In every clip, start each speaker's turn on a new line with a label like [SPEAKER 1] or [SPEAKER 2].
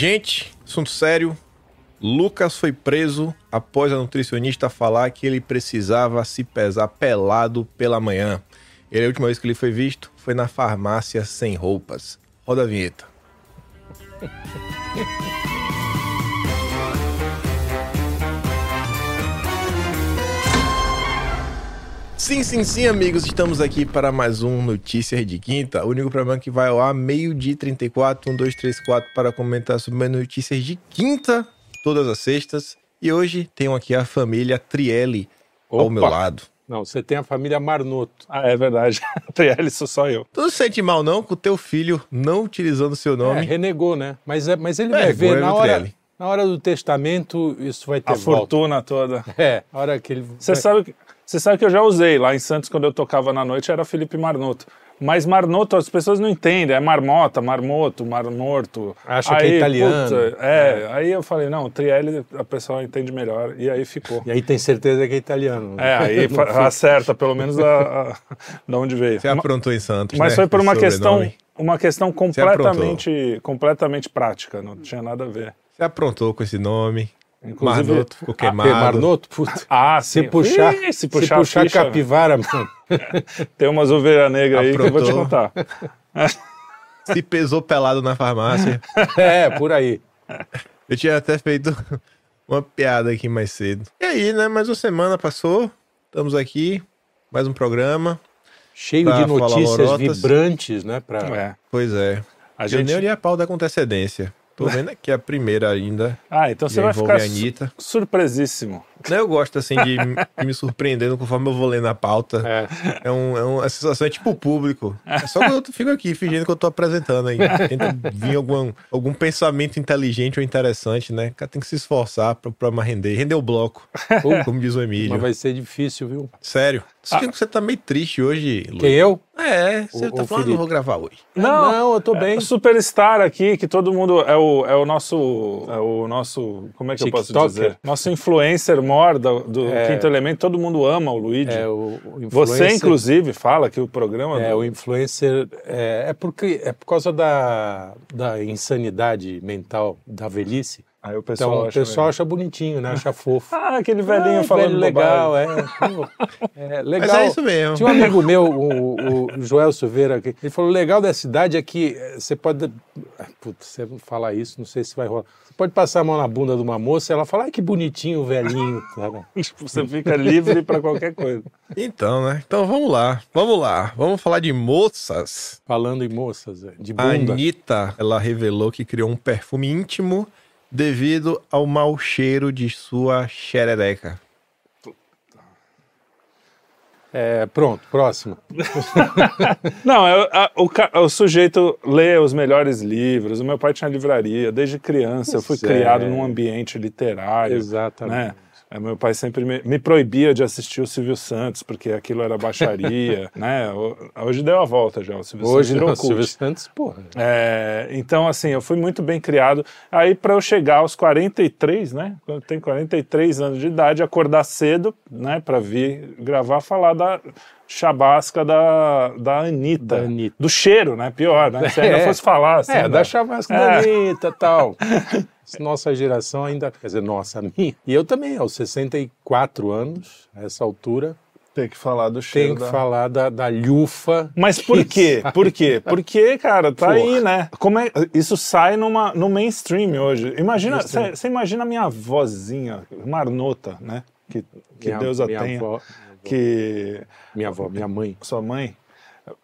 [SPEAKER 1] Gente, assunto sério. Lucas foi preso após a nutricionista falar que ele precisava se pesar pelado pela manhã. Ele, a última vez que ele foi visto foi na farmácia sem roupas. Roda a vinheta. Sim, sim, sim, amigos, estamos aqui para mais um Notícias de Quinta. O único programa que vai ao ar meio-dia e um, 34, 1, 2, 3, 4, para comentar sobre notícias de quinta, todas as sextas. E hoje tenho aqui a família Trielli ao
[SPEAKER 2] Opa.
[SPEAKER 1] meu lado.
[SPEAKER 2] Não, você tem a família Marnoto. Ah, é verdade. Trielli sou só eu.
[SPEAKER 1] Tu não se sente mal, não, com o teu filho não utilizando o seu
[SPEAKER 2] É,
[SPEAKER 1] nome?
[SPEAKER 2] renegou, né? Mas, é, mas ele
[SPEAKER 1] É,
[SPEAKER 2] vai
[SPEAKER 1] agora
[SPEAKER 2] ver
[SPEAKER 1] é
[SPEAKER 2] na
[SPEAKER 1] do
[SPEAKER 2] hora,
[SPEAKER 1] Trielli.
[SPEAKER 2] na hora do testamento, isso vai ter
[SPEAKER 3] a
[SPEAKER 2] volta.
[SPEAKER 3] fortuna toda.
[SPEAKER 2] É, a hora que ele.
[SPEAKER 3] Você
[SPEAKER 2] vai-
[SPEAKER 3] sabe, que- você sabe que eu já usei lá em Santos quando eu tocava na noite era Felipe Marnoto. Mas Marnoto as pessoas não entendem, é marmota, marmoto, marmorto.
[SPEAKER 2] Acha que é italiano.
[SPEAKER 3] puta, é, aí eu falei, não, Trielli a pessoa entende melhor e aí ficou.
[SPEAKER 2] E aí tem certeza que é italiano.
[SPEAKER 3] É, aí fa- acerta pelo menos a, a- da onde veio.
[SPEAKER 2] é
[SPEAKER 1] Você aprontou em Santos,
[SPEAKER 3] Mas
[SPEAKER 1] né?
[SPEAKER 3] foi por
[SPEAKER 1] O
[SPEAKER 3] uma questão,
[SPEAKER 1] sobrenome.
[SPEAKER 3] uma questão
[SPEAKER 1] aprontou.
[SPEAKER 3] completamente, completamente prática, não tinha nada a ver.
[SPEAKER 1] Você aprontou com esse nome.
[SPEAKER 3] Inclusive-
[SPEAKER 1] Marnoto ficou
[SPEAKER 2] Ah,
[SPEAKER 1] queimado.
[SPEAKER 2] Marnoto? Puta.
[SPEAKER 3] Ah,
[SPEAKER 2] Se
[SPEAKER 3] sim.
[SPEAKER 2] puxar,
[SPEAKER 3] Ih,
[SPEAKER 2] se
[SPEAKER 3] se
[SPEAKER 2] puxar,
[SPEAKER 3] puxar, a ficha, né?
[SPEAKER 2] capivara, mano.
[SPEAKER 3] Tem umas ovelhas negras aí que eu vou te
[SPEAKER 1] Aprontou.
[SPEAKER 3] contar.
[SPEAKER 1] Se pesou pelado na farmácia.
[SPEAKER 2] É, por aí.
[SPEAKER 1] Eu tinha até feito uma piada aqui mais cedo. E aí, né? Mais uma semana passou. Estamos aqui. Mais um programa.
[SPEAKER 2] Cheio
[SPEAKER 1] Pra
[SPEAKER 2] de notícias
[SPEAKER 1] falar lorotas.
[SPEAKER 2] vibrantes, né? Pra...
[SPEAKER 3] É.
[SPEAKER 1] Pois é.
[SPEAKER 3] A
[SPEAKER 1] Eu
[SPEAKER 3] gente...
[SPEAKER 1] nem olhei a pauta com antecedência. Tô vendo aqui a primeira ainda.
[SPEAKER 3] Ah, então
[SPEAKER 1] e
[SPEAKER 3] você vai
[SPEAKER 1] envolve
[SPEAKER 3] ficar
[SPEAKER 1] a Anitta.
[SPEAKER 3] su- surpresíssimo.
[SPEAKER 1] Né, Eu gosto, assim, de me- de me surpreendendo conforme eu vou lendo a pauta.
[SPEAKER 2] É.
[SPEAKER 1] É, um, é um- a sensação é tipo o público. É só que eu fico aqui fingindo que eu tô apresentando aí. Tenta vir algum, algum pensamento inteligente ou interessante, né? O cara tem que se esforçar pro programa render. Render o bloco, ou como diz o Emílio.
[SPEAKER 2] Mas vai Ah. ser difícil, viu?
[SPEAKER 1] Sério. Só que você tá meio triste hoje, Lu.
[SPEAKER 2] Quem eu?
[SPEAKER 1] É, você
[SPEAKER 2] O-
[SPEAKER 1] tá falando,
[SPEAKER 2] o Felipe.
[SPEAKER 1] não vou gravar hoje.
[SPEAKER 3] Não,
[SPEAKER 2] não eu tô bem.
[SPEAKER 3] O um Superstar aqui, que todo mundo é o, é o nosso. É o nosso. Como é que eu posso
[SPEAKER 2] TikToker?
[SPEAKER 3] dizer? Nosso influencer mor do, do
[SPEAKER 2] É.
[SPEAKER 3] Quinto Elemento, todo mundo ama o Luigi.
[SPEAKER 2] É, o, o
[SPEAKER 3] Você,
[SPEAKER 2] influencer-
[SPEAKER 3] inclusive, fala que o programa.
[SPEAKER 2] É,
[SPEAKER 3] do-
[SPEAKER 2] o influencer é, é porque é por causa da, da insanidade mental da velhice.
[SPEAKER 3] Aí o pessoal,
[SPEAKER 2] Então o
[SPEAKER 3] acha
[SPEAKER 2] pessoal
[SPEAKER 3] mesmo.
[SPEAKER 2] acha bonitinho, né? Acha fofo.
[SPEAKER 3] Ah, aquele velhinho
[SPEAKER 2] Ah,
[SPEAKER 3] falando
[SPEAKER 2] velho
[SPEAKER 3] bobagem.
[SPEAKER 2] legal, é. Pô, é, legal.
[SPEAKER 1] Mas é isso mesmo.
[SPEAKER 2] Tinha um amigo meu, o, o Joel Silveira, que ele falou: o legal dessa cidade é que eh, você pode. Ah, Putz, você não falar isso, não sei se vai rolar. Você pode passar a mão na bunda de uma moça e ela fala: ai, que bonitinho o velhinho. sabe?
[SPEAKER 3] Tipo, você fica livre pra qualquer coisa.
[SPEAKER 1] Então, né? Então vamos lá. Vamos lá. Vamos falar de moças.
[SPEAKER 2] Falando em moças, eh, de
[SPEAKER 1] A
[SPEAKER 2] bunda.
[SPEAKER 1] Anitta, ela revelou que criou um perfume íntimo devido ao mau cheiro de sua xerereca.
[SPEAKER 2] É, pronto, próximo.
[SPEAKER 3] Não, eu- a- o, ca- o sujeito lê os melhores livros. O meu pai tinha livraria desde criança. Eu fui
[SPEAKER 2] Sério?
[SPEAKER 3] criado num ambiente literário.
[SPEAKER 2] é. Exatamente.
[SPEAKER 3] Né? É, Meu pai sempre me, me proibia de assistir o Silvio Santos, porque aquilo era baixaria. né? O- Hoje deu a volta já. O Silvio
[SPEAKER 2] Hoje
[SPEAKER 3] Santos
[SPEAKER 2] não,
[SPEAKER 3] virou
[SPEAKER 2] Silvio
[SPEAKER 3] cult.
[SPEAKER 2] Santos, porra.
[SPEAKER 3] É, então, assim, eu fui muito bem criado. Aí, para eu chegar aos 43, né? Quando tem 43 anos de idade, acordar cedo, né? Para vir gravar, falar da chabasca da, da Anitta.
[SPEAKER 2] Da Anitta.
[SPEAKER 3] Do cheiro, né? Pior, né? Se ainda
[SPEAKER 2] É.
[SPEAKER 3] fosse falar, assim.
[SPEAKER 2] É,
[SPEAKER 3] né?
[SPEAKER 2] da chavasca da Anitta tal. Nossa geração ainda, quer dizer, nossa, a minha. E eu também, aos 64 anos, a essa altura,
[SPEAKER 4] Tem que falar do cheiro
[SPEAKER 2] tenho que
[SPEAKER 4] da...
[SPEAKER 2] falar da, da lhufa.
[SPEAKER 3] Mas por quê? Por quê? Porque, cara, tá aí, né? Como é, isso sai numa, no mainstream hoje. Imagina, você imagina a minha avózinha, Marnota, né? Que, que
[SPEAKER 2] Minha-
[SPEAKER 3] Deus a
[SPEAKER 2] minha
[SPEAKER 3] tenha.
[SPEAKER 2] avó-
[SPEAKER 3] que
[SPEAKER 2] minha avó, minha mãe.
[SPEAKER 3] sua mãe,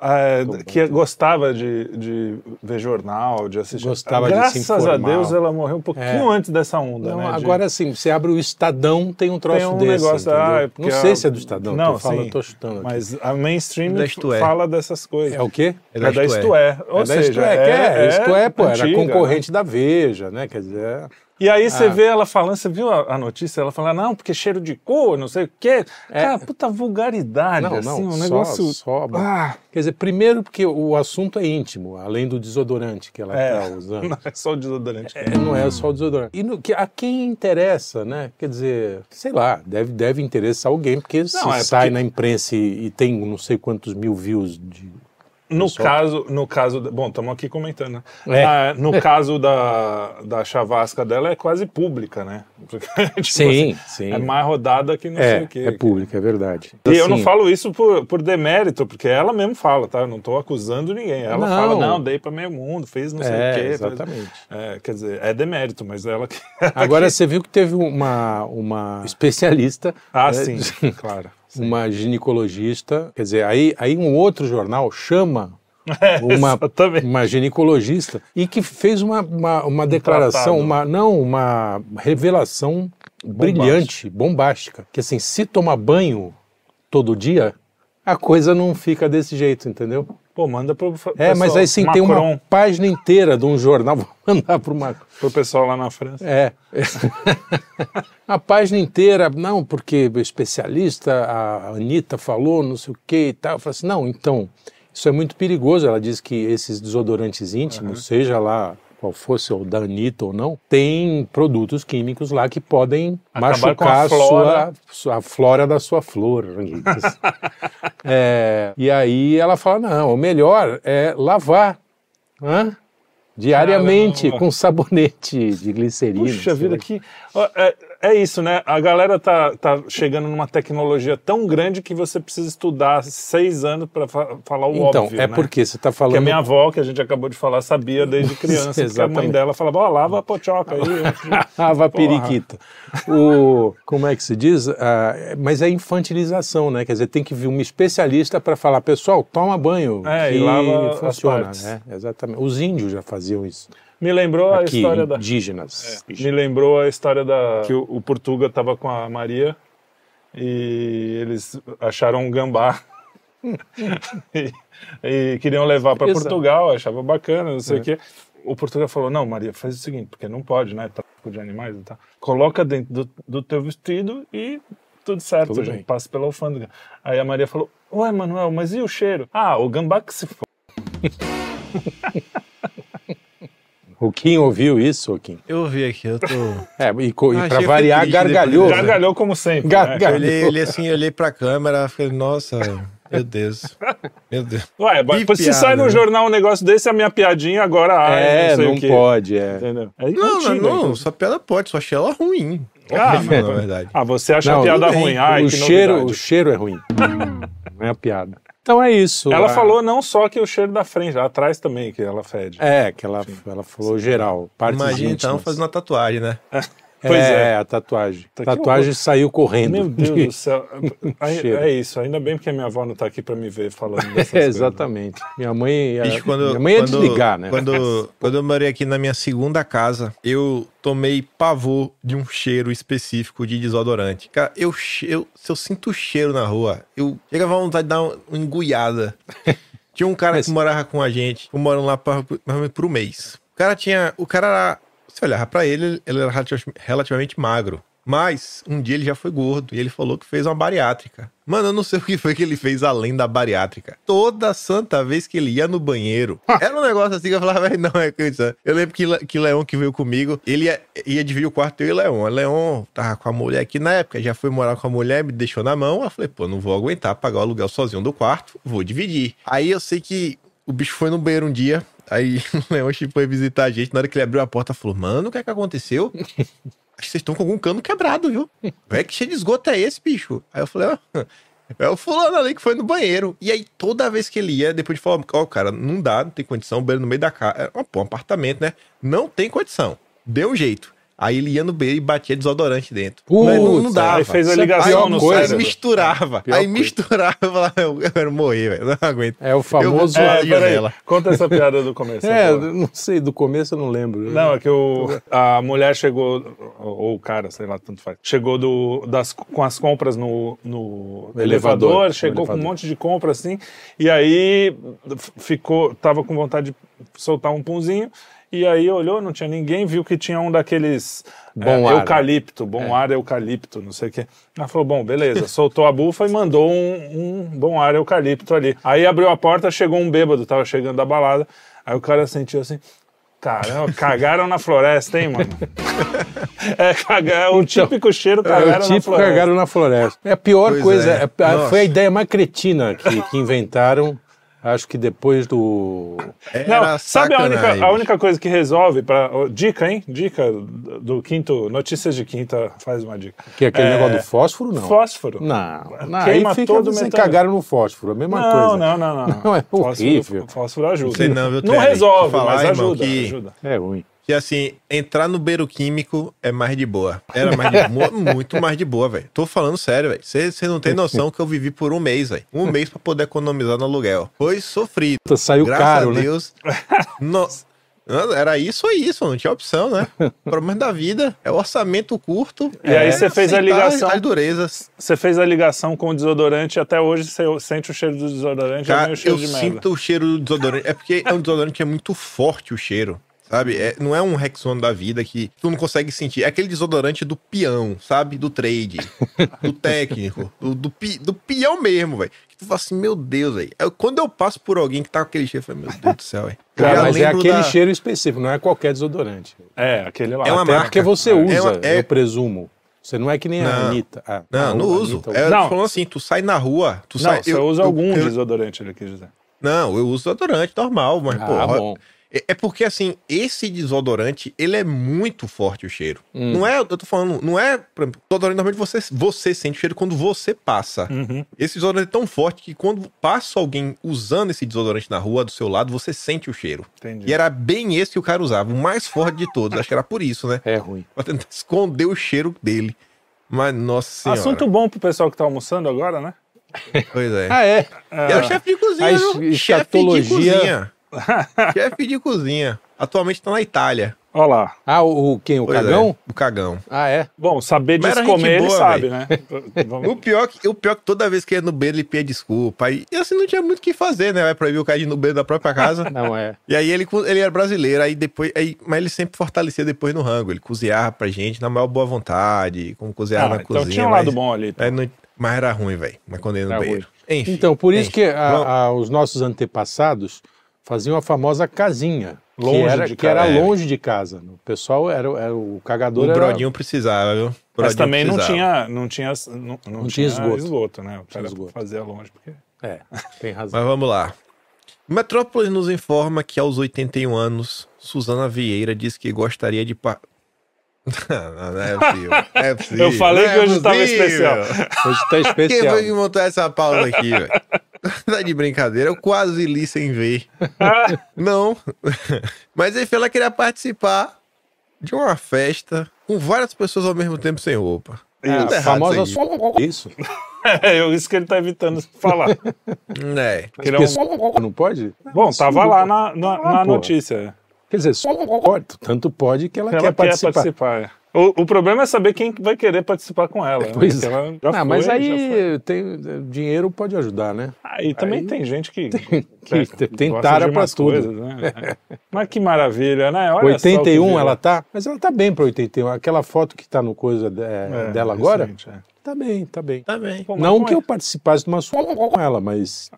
[SPEAKER 3] é,
[SPEAKER 2] bom,
[SPEAKER 3] que gostava de, de ver jornal, de assistir.
[SPEAKER 2] Gostava de se
[SPEAKER 3] Graças a
[SPEAKER 2] informar.
[SPEAKER 3] Deus ela morreu um pouquinho
[SPEAKER 2] É.
[SPEAKER 3] antes dessa onda,
[SPEAKER 2] Não,
[SPEAKER 3] né? de-
[SPEAKER 2] agora sim, você abre o Estadão, tem um troço
[SPEAKER 3] Tem um
[SPEAKER 2] desse.
[SPEAKER 3] negócio,
[SPEAKER 2] entendeu?
[SPEAKER 3] ah, é porque
[SPEAKER 2] não sei
[SPEAKER 3] a-
[SPEAKER 2] se é do Estadão,
[SPEAKER 3] Não,
[SPEAKER 2] tô falando,
[SPEAKER 3] sim.
[SPEAKER 2] tô chutando. aqui.
[SPEAKER 3] Mas a mainstream
[SPEAKER 1] Da Isto É.
[SPEAKER 3] fala dessas coisas.
[SPEAKER 2] É o quê?
[SPEAKER 1] É
[SPEAKER 3] É da Isto É. Ou
[SPEAKER 2] é da
[SPEAKER 3] seja,
[SPEAKER 2] Isto É, que é, Isto É, pô, era
[SPEAKER 3] antiga, né?
[SPEAKER 2] concorrente da Veja, né? Quer dizer,
[SPEAKER 3] E aí você
[SPEAKER 2] Ah.
[SPEAKER 3] vê ela falando, você viu a, a notícia? Ela falando, não, porque cheiro de cu, não sei o quê. Cara, puta vulgaridade,
[SPEAKER 2] É. Não,
[SPEAKER 3] assim,
[SPEAKER 2] não,
[SPEAKER 3] um
[SPEAKER 2] só-
[SPEAKER 3] negócio...
[SPEAKER 2] só-
[SPEAKER 3] Ah,
[SPEAKER 2] Quer dizer, primeiro porque o assunto é íntimo, além do desodorante que ela
[SPEAKER 3] É.
[SPEAKER 2] está usando.
[SPEAKER 3] não é só o desodorante.
[SPEAKER 2] É, Não é só o desodorante. E no, que, a quem interessa, né? Quer dizer, sei lá, deve, deve interessar alguém, porque se
[SPEAKER 3] Não, é
[SPEAKER 2] sai
[SPEAKER 3] porque-
[SPEAKER 2] na imprensa e, e tem não sei quantos mil views de
[SPEAKER 3] No
[SPEAKER 2] Pessoal.
[SPEAKER 3] caso, no caso, da- bom, estamos aqui comentando,
[SPEAKER 4] É.
[SPEAKER 3] né? Ah, no caso da, da chavasca dela é quase pública, né? Porque, tipo
[SPEAKER 4] Sim,
[SPEAKER 3] assim,
[SPEAKER 4] sim.
[SPEAKER 3] É mais rodada que não sei
[SPEAKER 2] É,
[SPEAKER 3] o quê.
[SPEAKER 2] é público, é verdade.
[SPEAKER 3] E eu não
[SPEAKER 4] Assim.
[SPEAKER 3] falo isso por, por demérito, porque ela mesmo fala, tá? Eu não estou acusando ninguém. Ela
[SPEAKER 4] Não.
[SPEAKER 3] fala, não, dei para meio mundo, fez não sei
[SPEAKER 2] É,
[SPEAKER 3] o quê. fez-
[SPEAKER 2] exatamente.
[SPEAKER 3] É, quer dizer, é demérito, mas ela que.
[SPEAKER 2] Agora você viu que teve uma, uma especialista,
[SPEAKER 3] ah,
[SPEAKER 2] né,
[SPEAKER 3] sim, claro.
[SPEAKER 2] uma ginecologista, quer dizer, aí, aí um outro jornal chama uma,
[SPEAKER 3] É, exatamente. Um
[SPEAKER 2] uma ginecologista e que fez uma, uma, uma declaração,
[SPEAKER 3] tratado.
[SPEAKER 2] uma, não, uma revelação brilhante, bombástica, que assim, se tomar banho todo dia, a coisa não fica desse jeito, entendeu?
[SPEAKER 3] Pô, manda pro. fa-
[SPEAKER 2] É, mas
[SPEAKER 3] pessoal,
[SPEAKER 2] aí sim tem
[SPEAKER 3] Macron,
[SPEAKER 2] uma página inteira de um jornal, vou mandar para uma
[SPEAKER 3] Pro pessoal lá na França.
[SPEAKER 2] É. a página inteira, não, porque o especialista, a Anitta falou, não sei o que e tal. Eu falei assim, não, então, isso é muito perigoso. Ela diz que esses desodorantes íntimos, seja lá qual fosse, ou da Anitta ou não, tem produtos químicos lá que podem
[SPEAKER 3] Acabar com
[SPEAKER 2] machucar
[SPEAKER 3] a
[SPEAKER 2] a,
[SPEAKER 3] flora.
[SPEAKER 2] sua, a flora da sua flor. né, É, e aí ela fala, não, o melhor é lavar.
[SPEAKER 3] Ah,
[SPEAKER 2] Hã? Diariamente,
[SPEAKER 3] Caramba.
[SPEAKER 2] com sabonete de glicerina.
[SPEAKER 3] Puxa
[SPEAKER 2] sei lá.
[SPEAKER 3] vida, que. ó, É, é isso, né? A galera tá, tá chegando numa tecnologia tão grande que você precisa estudar seis anos para falar o
[SPEAKER 2] Então,
[SPEAKER 3] óbvio.
[SPEAKER 2] é
[SPEAKER 3] né?
[SPEAKER 2] porque você está
[SPEAKER 3] Que a
[SPEAKER 2] falando.
[SPEAKER 3] minha avó, que a gente acabou de falar, sabia desde criança. porque a mãe
[SPEAKER 2] Exatamente.
[SPEAKER 3] dela falava, ó, lava a pochoca aí.
[SPEAKER 2] Ava
[SPEAKER 3] Porra.
[SPEAKER 2] periquita. O, como é que se diz? Ah, é- mas é infantilização, né? Quer dizer, tem que vir um especialista para falar, pessoal, toma banho.
[SPEAKER 3] É,
[SPEAKER 2] que
[SPEAKER 3] e lava as
[SPEAKER 2] funciona,
[SPEAKER 3] partes.
[SPEAKER 2] né? Exatamente. Os índios já faziam isso.
[SPEAKER 3] Me lembrou a
[SPEAKER 2] aqui,
[SPEAKER 3] história da... É.
[SPEAKER 2] indígenas.
[SPEAKER 3] Me lembrou a história da... Que o, o Portuga tava com a Maria e eles acharam um gambá. e, e queriam levar para
[SPEAKER 2] Exato.
[SPEAKER 3] Portugal, achava bacana, não sei o quê. O Portugal falou, não, Maria, faz o seguinte, porque não pode, né? Tráfico de animais e tal. Coloca dentro do, do teu vestido e tudo certo,
[SPEAKER 2] Tudo
[SPEAKER 3] a gente
[SPEAKER 2] bem.
[SPEAKER 3] passa pela alfândega. Aí a Maria falou, ué, Manuel, mas e o cheiro? Ah, o gambá que se for.
[SPEAKER 2] O Kim ouviu isso, o Kim?
[SPEAKER 1] Eu ouvi aqui, eu tô.
[SPEAKER 2] É, e, co- e
[SPEAKER 1] Ah,
[SPEAKER 2] para
[SPEAKER 1] achei
[SPEAKER 2] variar,
[SPEAKER 1] triste depois.
[SPEAKER 2] gargalhou. né?
[SPEAKER 3] Gargalhou como sempre, né?
[SPEAKER 1] Eu
[SPEAKER 2] Gargalhou.
[SPEAKER 1] olhei, olhei assim, olhei pra câmera, falei, nossa, meu Deus. Meu Deus.
[SPEAKER 3] Ué, mas
[SPEAKER 1] Que
[SPEAKER 3] se
[SPEAKER 1] piada,
[SPEAKER 3] sai no
[SPEAKER 1] né?
[SPEAKER 3] jornal um negócio desse, a minha piadinha agora ai,
[SPEAKER 2] É,
[SPEAKER 3] não Ah, sei
[SPEAKER 2] não
[SPEAKER 3] o quê.
[SPEAKER 2] pode, é.
[SPEAKER 3] Entendeu?
[SPEAKER 1] Não,
[SPEAKER 3] É
[SPEAKER 1] não,
[SPEAKER 3] mentira,
[SPEAKER 1] não,
[SPEAKER 3] então.
[SPEAKER 1] essa piada pode, só achei ela ruim.
[SPEAKER 3] Ah,
[SPEAKER 1] Horrível,
[SPEAKER 3] mas-
[SPEAKER 1] na verdade.
[SPEAKER 3] Ah, você acha a
[SPEAKER 2] Não,
[SPEAKER 3] piada
[SPEAKER 2] tudo bem.
[SPEAKER 3] ruim. Ai,
[SPEAKER 2] o,
[SPEAKER 3] que
[SPEAKER 2] cheiro, o
[SPEAKER 3] novidade.
[SPEAKER 2] cheiro é ruim. não é a piada. Então é isso.
[SPEAKER 3] Ela
[SPEAKER 2] Ah,
[SPEAKER 3] falou não só que o cheiro da frente, atrás também que ela fede.
[SPEAKER 2] É, que ela, ela falou geral. Partes
[SPEAKER 1] Imagina então
[SPEAKER 2] íntimas.
[SPEAKER 1] fazer uma tatuagem, né?
[SPEAKER 3] Pois
[SPEAKER 2] é,
[SPEAKER 3] é.
[SPEAKER 2] a tatuagem.
[SPEAKER 3] Tá, que
[SPEAKER 2] tatuagem saiu correndo.
[SPEAKER 3] Meu Deus do céu. Ai,
[SPEAKER 2] Cheiro.
[SPEAKER 3] é isso, ainda bem porque minha avó não tá aqui pra me ver falando dessas
[SPEAKER 2] É,
[SPEAKER 3] coisas.
[SPEAKER 2] exatamente. Minha mãe, ia-
[SPEAKER 1] Bicho, quando,
[SPEAKER 2] minha mãe ia
[SPEAKER 1] quando-
[SPEAKER 2] desligar, né?
[SPEAKER 1] Quando, quando eu morei aqui na minha segunda casa, eu tomei pavor de um cheiro específico de desodorante. Cara, eu, che- eu- se eu sinto cheiro na rua, eu chegava a vontade de dar uma, uma enguiada. Tinha um cara
[SPEAKER 2] Mas-
[SPEAKER 1] que morava com a gente, eu morando lá pra, pra, por um mês. O cara tinha. O cara era. Se olhava pra ele, ele era relati- relativamente magro. Mas um dia ele já foi gordo e ele falou que fez uma bariátrica. Mano, eu não sei o que foi que ele fez além da bariátrica. Toda santa vez que ele ia no banheiro, era um negócio assim que eu falava, "Véi, não é coisa. Eu lembro que, Le- que Leon que veio comigo, ele ia, ia dividir o quarto eu e Leon. Leon tava com a mulher aqui na época, já foi morar com a mulher, me deixou na mão. Eu falei, pô, não vou aguentar pagar o aluguel sozinho do quarto, vou dividir. Aí eu sei que o bicho foi no banheiro um dia, aí o Leon foi visitar a gente. Na hora que ele abriu a porta, falou: Mano, o que é que aconteceu? Acho que vocês estão com algum cano quebrado, viu? Véi, que cheio de esgoto é esse, bicho? Aí eu falei: Ó, é o fulano ali que foi no banheiro. E aí, toda vez que ele ia, depois de falar: Ó, cara, não dá, não tem condição, o banheiro no meio da casa. É, pô, um apartamento, né? Não tem condição. Deu um jeito. Aí ele ia no banheiro e batia desodorante dentro.
[SPEAKER 2] Putz,
[SPEAKER 1] Mas não, não
[SPEAKER 2] aí
[SPEAKER 1] dava.
[SPEAKER 3] Aí fez a
[SPEAKER 2] Isso é a
[SPEAKER 3] ligação
[SPEAKER 2] pior
[SPEAKER 3] no
[SPEAKER 2] coisa.
[SPEAKER 3] cérebro.
[SPEAKER 1] misturava.
[SPEAKER 2] Pior
[SPEAKER 1] aí
[SPEAKER 2] coisa.
[SPEAKER 1] misturava. eu falava, Eu eu quero morrer, velho. Não aguento.
[SPEAKER 2] É o famoso.
[SPEAKER 1] Eu- eu-
[SPEAKER 2] É,
[SPEAKER 3] É,
[SPEAKER 1] a
[SPEAKER 3] peraí,
[SPEAKER 1] janela.
[SPEAKER 3] conta essa piada do começo.
[SPEAKER 2] eu
[SPEAKER 3] agora.
[SPEAKER 2] É, não sei, do começo eu não lembro.
[SPEAKER 3] Não, é que o, a mulher chegou, ou ou o cara, sei lá, tanto faz, chegou do, das, com as compras no, no elevador,
[SPEAKER 2] elevador, no
[SPEAKER 3] chegou com um
[SPEAKER 2] elevador.
[SPEAKER 3] monte de compra assim, e aí f- ficou, tava com vontade de soltar um punzinho, e aí olhou, não tinha ninguém, viu que tinha um daqueles é,
[SPEAKER 2] Bom ar. né? É.
[SPEAKER 3] eucalipto, bom ar eucalipto, não sei o quê. Ela falou, bom, beleza, soltou a bufa e mandou um, um bom ar eucalipto ali. Aí abriu a porta, chegou um bêbado, tava chegando da balada, aí o cara sentiu assim, Caramba, cagaram na floresta, hein, mano? É, cagar, o
[SPEAKER 1] Então,
[SPEAKER 3] típico cheiro
[SPEAKER 2] É
[SPEAKER 3] cagaram
[SPEAKER 2] o
[SPEAKER 3] na
[SPEAKER 2] típico
[SPEAKER 3] floresta.
[SPEAKER 2] cagaram na floresta. É a pior
[SPEAKER 1] Pois
[SPEAKER 2] coisa.
[SPEAKER 1] é.
[SPEAKER 2] é- é-
[SPEAKER 1] Nossa.
[SPEAKER 2] foi a ideia mais cretina que, que inventaram. Acho que depois do.
[SPEAKER 1] É,
[SPEAKER 3] Não, sabe a única, a única coisa que resolve para dica, hein? Dica do quinto notícias de quinta faz uma dica.
[SPEAKER 2] Que é aquele
[SPEAKER 3] É,
[SPEAKER 2] negócio do fósforo, não.
[SPEAKER 3] Fósforo.
[SPEAKER 2] Não, não
[SPEAKER 3] Queima
[SPEAKER 2] aí fica,
[SPEAKER 3] todo o
[SPEAKER 2] vocês
[SPEAKER 3] metal.
[SPEAKER 2] cagaram no fósforo, a mesma
[SPEAKER 3] não,
[SPEAKER 2] coisa.
[SPEAKER 3] não, não, não.
[SPEAKER 2] Não, é horrível.
[SPEAKER 3] Fósforo, fósforo ajuda.
[SPEAKER 1] Não sei não, viu,
[SPEAKER 3] Não
[SPEAKER 1] Terry? Vou
[SPEAKER 3] resolve,
[SPEAKER 1] falar,
[SPEAKER 3] mas
[SPEAKER 1] irmão,
[SPEAKER 3] ajuda,
[SPEAKER 1] que-
[SPEAKER 3] ajuda.
[SPEAKER 2] É ruim.
[SPEAKER 1] E assim, entrar no beiro químico é mais de boa. Era mais de boa, muito mais de boa, velho. Tô falando sério, velho. Você não tem noção que eu vivi por um mês, velho. Um mês pra poder economizar no aluguel. Foi sofrido.
[SPEAKER 2] Puta, Saiu
[SPEAKER 1] Graças
[SPEAKER 2] caro,
[SPEAKER 1] a
[SPEAKER 2] né?
[SPEAKER 1] Deus. No- Não, Era isso ou isso, não tinha opção, né? O problema da vida é o orçamento curto.
[SPEAKER 3] E aí
[SPEAKER 1] é
[SPEAKER 3] você fez a
[SPEAKER 1] aceitar
[SPEAKER 3] ligação.
[SPEAKER 1] As durezas.
[SPEAKER 3] Você fez a ligação com o desodorante, até hoje você sente o cheiro do desodorante e
[SPEAKER 1] Cara,
[SPEAKER 3] o cheiro
[SPEAKER 1] eu
[SPEAKER 3] de merda.
[SPEAKER 1] sinto o cheiro do desodorante. É porque é um desodorante que é muito forte o cheiro. Sabe? É- não é um Rexona da vida que tu não consegue sentir. É aquele desodorante do peão, sabe? Do trade, do técnico, do, do, pi- do peão mesmo, velho. Que tu fala assim, meu Deus, velho. Eu- Quando eu passo por alguém que tá com aquele cheiro, eu falo, meu Deus do céu, velho. Eu
[SPEAKER 2] Cara,
[SPEAKER 1] já
[SPEAKER 2] mas é
[SPEAKER 1] lembro
[SPEAKER 2] aquele
[SPEAKER 1] da-
[SPEAKER 2] cheiro específico, não é qualquer desodorante.
[SPEAKER 3] É, aquele lá.
[SPEAKER 1] É uma
[SPEAKER 3] Até-
[SPEAKER 1] marca.
[SPEAKER 2] Porque você usa,
[SPEAKER 1] uma- é-
[SPEAKER 2] eu presumo. Você não é que nem a
[SPEAKER 1] Não.
[SPEAKER 2] Anitta. Ah,
[SPEAKER 1] Não,
[SPEAKER 2] a-
[SPEAKER 1] não
[SPEAKER 2] a
[SPEAKER 1] uso.
[SPEAKER 2] Anitta
[SPEAKER 1] É,
[SPEAKER 3] Não.
[SPEAKER 1] não. falando assim, tu sai na rua, tu
[SPEAKER 3] Não,
[SPEAKER 1] sai.
[SPEAKER 3] você
[SPEAKER 1] eu-
[SPEAKER 3] usa
[SPEAKER 1] eu-
[SPEAKER 3] algum
[SPEAKER 1] eu-
[SPEAKER 3] desodorante, ele quis dizer.
[SPEAKER 1] Não, eu uso desodorante normal, mas,
[SPEAKER 2] Ah,
[SPEAKER 1] pô,
[SPEAKER 2] bom.
[SPEAKER 1] É é porque, assim, esse desodorante, ele é muito forte o cheiro.
[SPEAKER 2] Hum.
[SPEAKER 1] Não é, eu tô falando, não é. por exemplo, Desodorante, normalmente você, você sente o cheiro quando você passa.
[SPEAKER 2] Uhum.
[SPEAKER 1] Esse desodorante é tão forte que quando passa alguém usando esse desodorante na rua do seu lado, você sente o cheiro.
[SPEAKER 3] Entendi.
[SPEAKER 1] E era bem esse que o cara usava, o mais forte de todos. Acho que era por isso, né?
[SPEAKER 2] É ruim.
[SPEAKER 1] Pra tentar esconder o cheiro dele. Mas, nossa senhora.
[SPEAKER 3] Assunto bom pro pessoal que tá almoçando agora, né?
[SPEAKER 1] Pois é.
[SPEAKER 2] Ah, é?
[SPEAKER 1] É o chefe de
[SPEAKER 2] A
[SPEAKER 1] cozinha,
[SPEAKER 2] es-
[SPEAKER 1] viu?
[SPEAKER 2] escatologia-
[SPEAKER 1] Chefe de cozinha. chefe de cozinha. Atualmente tá na Itália.
[SPEAKER 3] Olha lá.
[SPEAKER 2] Ah, o, o quem? O
[SPEAKER 1] Pois é,
[SPEAKER 2] cagão?
[SPEAKER 1] o cagão.
[SPEAKER 2] Ah, é?
[SPEAKER 3] Bom, saber
[SPEAKER 1] Mas era
[SPEAKER 3] de
[SPEAKER 1] gente
[SPEAKER 3] comer, ele
[SPEAKER 1] boa,
[SPEAKER 3] sabe,
[SPEAKER 1] véi.
[SPEAKER 3] né? Vamos-
[SPEAKER 1] O pior, que, o pior que toda vez que ia no banheiro ele pedia desculpa. E assim não tinha muito o que fazer, né? Vai proibir o cara de ir no banheiro da própria casa.
[SPEAKER 2] Não é.
[SPEAKER 1] E aí ele, co- ele era brasileiro, aí depois. Aí, mas ele sempre fortalecia depois no rango. Ele cozinhava pra gente na maior boa vontade, como cozinhava
[SPEAKER 3] Ah,
[SPEAKER 1] na
[SPEAKER 3] então
[SPEAKER 1] cozinha.
[SPEAKER 3] tinha um
[SPEAKER 1] mas- é
[SPEAKER 3] lado bom ali.
[SPEAKER 1] aí não- mas era ruim, velho. Mas quando ele ia no
[SPEAKER 2] Era
[SPEAKER 1] banheiro. Enfim.
[SPEAKER 2] Então, por isso
[SPEAKER 1] enfim.
[SPEAKER 2] que a-
[SPEAKER 1] Vamos-
[SPEAKER 2] a- os nossos antepassados faziam a famosa casinha.
[SPEAKER 3] Longe
[SPEAKER 2] que era,
[SPEAKER 3] de
[SPEAKER 2] que era
[SPEAKER 1] casa, é.
[SPEAKER 2] longe de casa. O pessoal era, era o cagador.
[SPEAKER 1] o
[SPEAKER 2] era-
[SPEAKER 1] Brodinho precisava, viu?
[SPEAKER 3] Mas
[SPEAKER 1] Brodinho
[SPEAKER 3] também não
[SPEAKER 1] é precisava.
[SPEAKER 3] tinha, não tinha, não, não tinha
[SPEAKER 2] tinha
[SPEAKER 3] esgoto.
[SPEAKER 2] esgoto.
[SPEAKER 3] né? O
[SPEAKER 2] Tinha
[SPEAKER 3] cara
[SPEAKER 2] esgoto.
[SPEAKER 3] fazia longe. Porque...
[SPEAKER 2] É, tem razão.
[SPEAKER 1] Mas vamos lá. Metrópolis nos informa que aos 81 anos, Suzana Vieira diz que gostaria de. Pa... não, não é possível. É possível.
[SPEAKER 3] Eu falei
[SPEAKER 1] Não
[SPEAKER 3] que
[SPEAKER 1] é
[SPEAKER 3] hoje tava
[SPEAKER 1] possível.
[SPEAKER 3] especial.
[SPEAKER 2] Hoje tá
[SPEAKER 1] Quem
[SPEAKER 2] especial.
[SPEAKER 1] foi que montou essa pauta aqui, velho? Tá de brincadeira, eu quase li sem ver. Não. Mas enfim, ela queria participar de uma festa com várias pessoas ao mesmo tempo sem roupa.
[SPEAKER 2] É,
[SPEAKER 1] Tudo
[SPEAKER 2] a
[SPEAKER 1] errado
[SPEAKER 2] famosa
[SPEAKER 1] isso
[SPEAKER 2] só isso.
[SPEAKER 3] É, eu- isso que ele tá evitando falar. Que
[SPEAKER 1] aí. É.
[SPEAKER 3] ele é um-
[SPEAKER 2] Pessoal não pode?
[SPEAKER 3] Bom, tava lá na, na,
[SPEAKER 2] Ah,
[SPEAKER 3] na
[SPEAKER 2] pô.
[SPEAKER 3] notícia.
[SPEAKER 2] Quer dizer, só pode. Tanto pode que ela,
[SPEAKER 3] Ela
[SPEAKER 2] quer,
[SPEAKER 3] quer participar.
[SPEAKER 2] participar.
[SPEAKER 3] é. O, o problema é saber quem vai querer participar com ela. né?
[SPEAKER 2] Pois
[SPEAKER 3] Porque
[SPEAKER 2] é.
[SPEAKER 3] ela já
[SPEAKER 2] Ah,
[SPEAKER 3] foi,
[SPEAKER 2] mas
[SPEAKER 3] já foi.
[SPEAKER 2] aí tem, eh, dinheiro pode ajudar, né?
[SPEAKER 3] Aí também
[SPEAKER 2] aí-
[SPEAKER 3] tem gente que,
[SPEAKER 2] que
[SPEAKER 3] gosta
[SPEAKER 2] tem
[SPEAKER 3] de
[SPEAKER 2] tara pra
[SPEAKER 3] umas
[SPEAKER 2] tudo.
[SPEAKER 3] coisas, né? mas que maravilha, né? Olha só o que
[SPEAKER 2] 81
[SPEAKER 3] virou.
[SPEAKER 2] ela tá? Mas ela tá bem pra 81. Aquela foto que tá no coisa de- eh,
[SPEAKER 3] É,
[SPEAKER 2] dela agora,
[SPEAKER 3] recente, é.
[SPEAKER 2] tá bem, tá bem.
[SPEAKER 1] Tá bem.
[SPEAKER 3] Pô, mas
[SPEAKER 2] Não
[SPEAKER 3] como
[SPEAKER 2] que
[SPEAKER 3] é-
[SPEAKER 2] eu participasse de uma sua com ela, mas.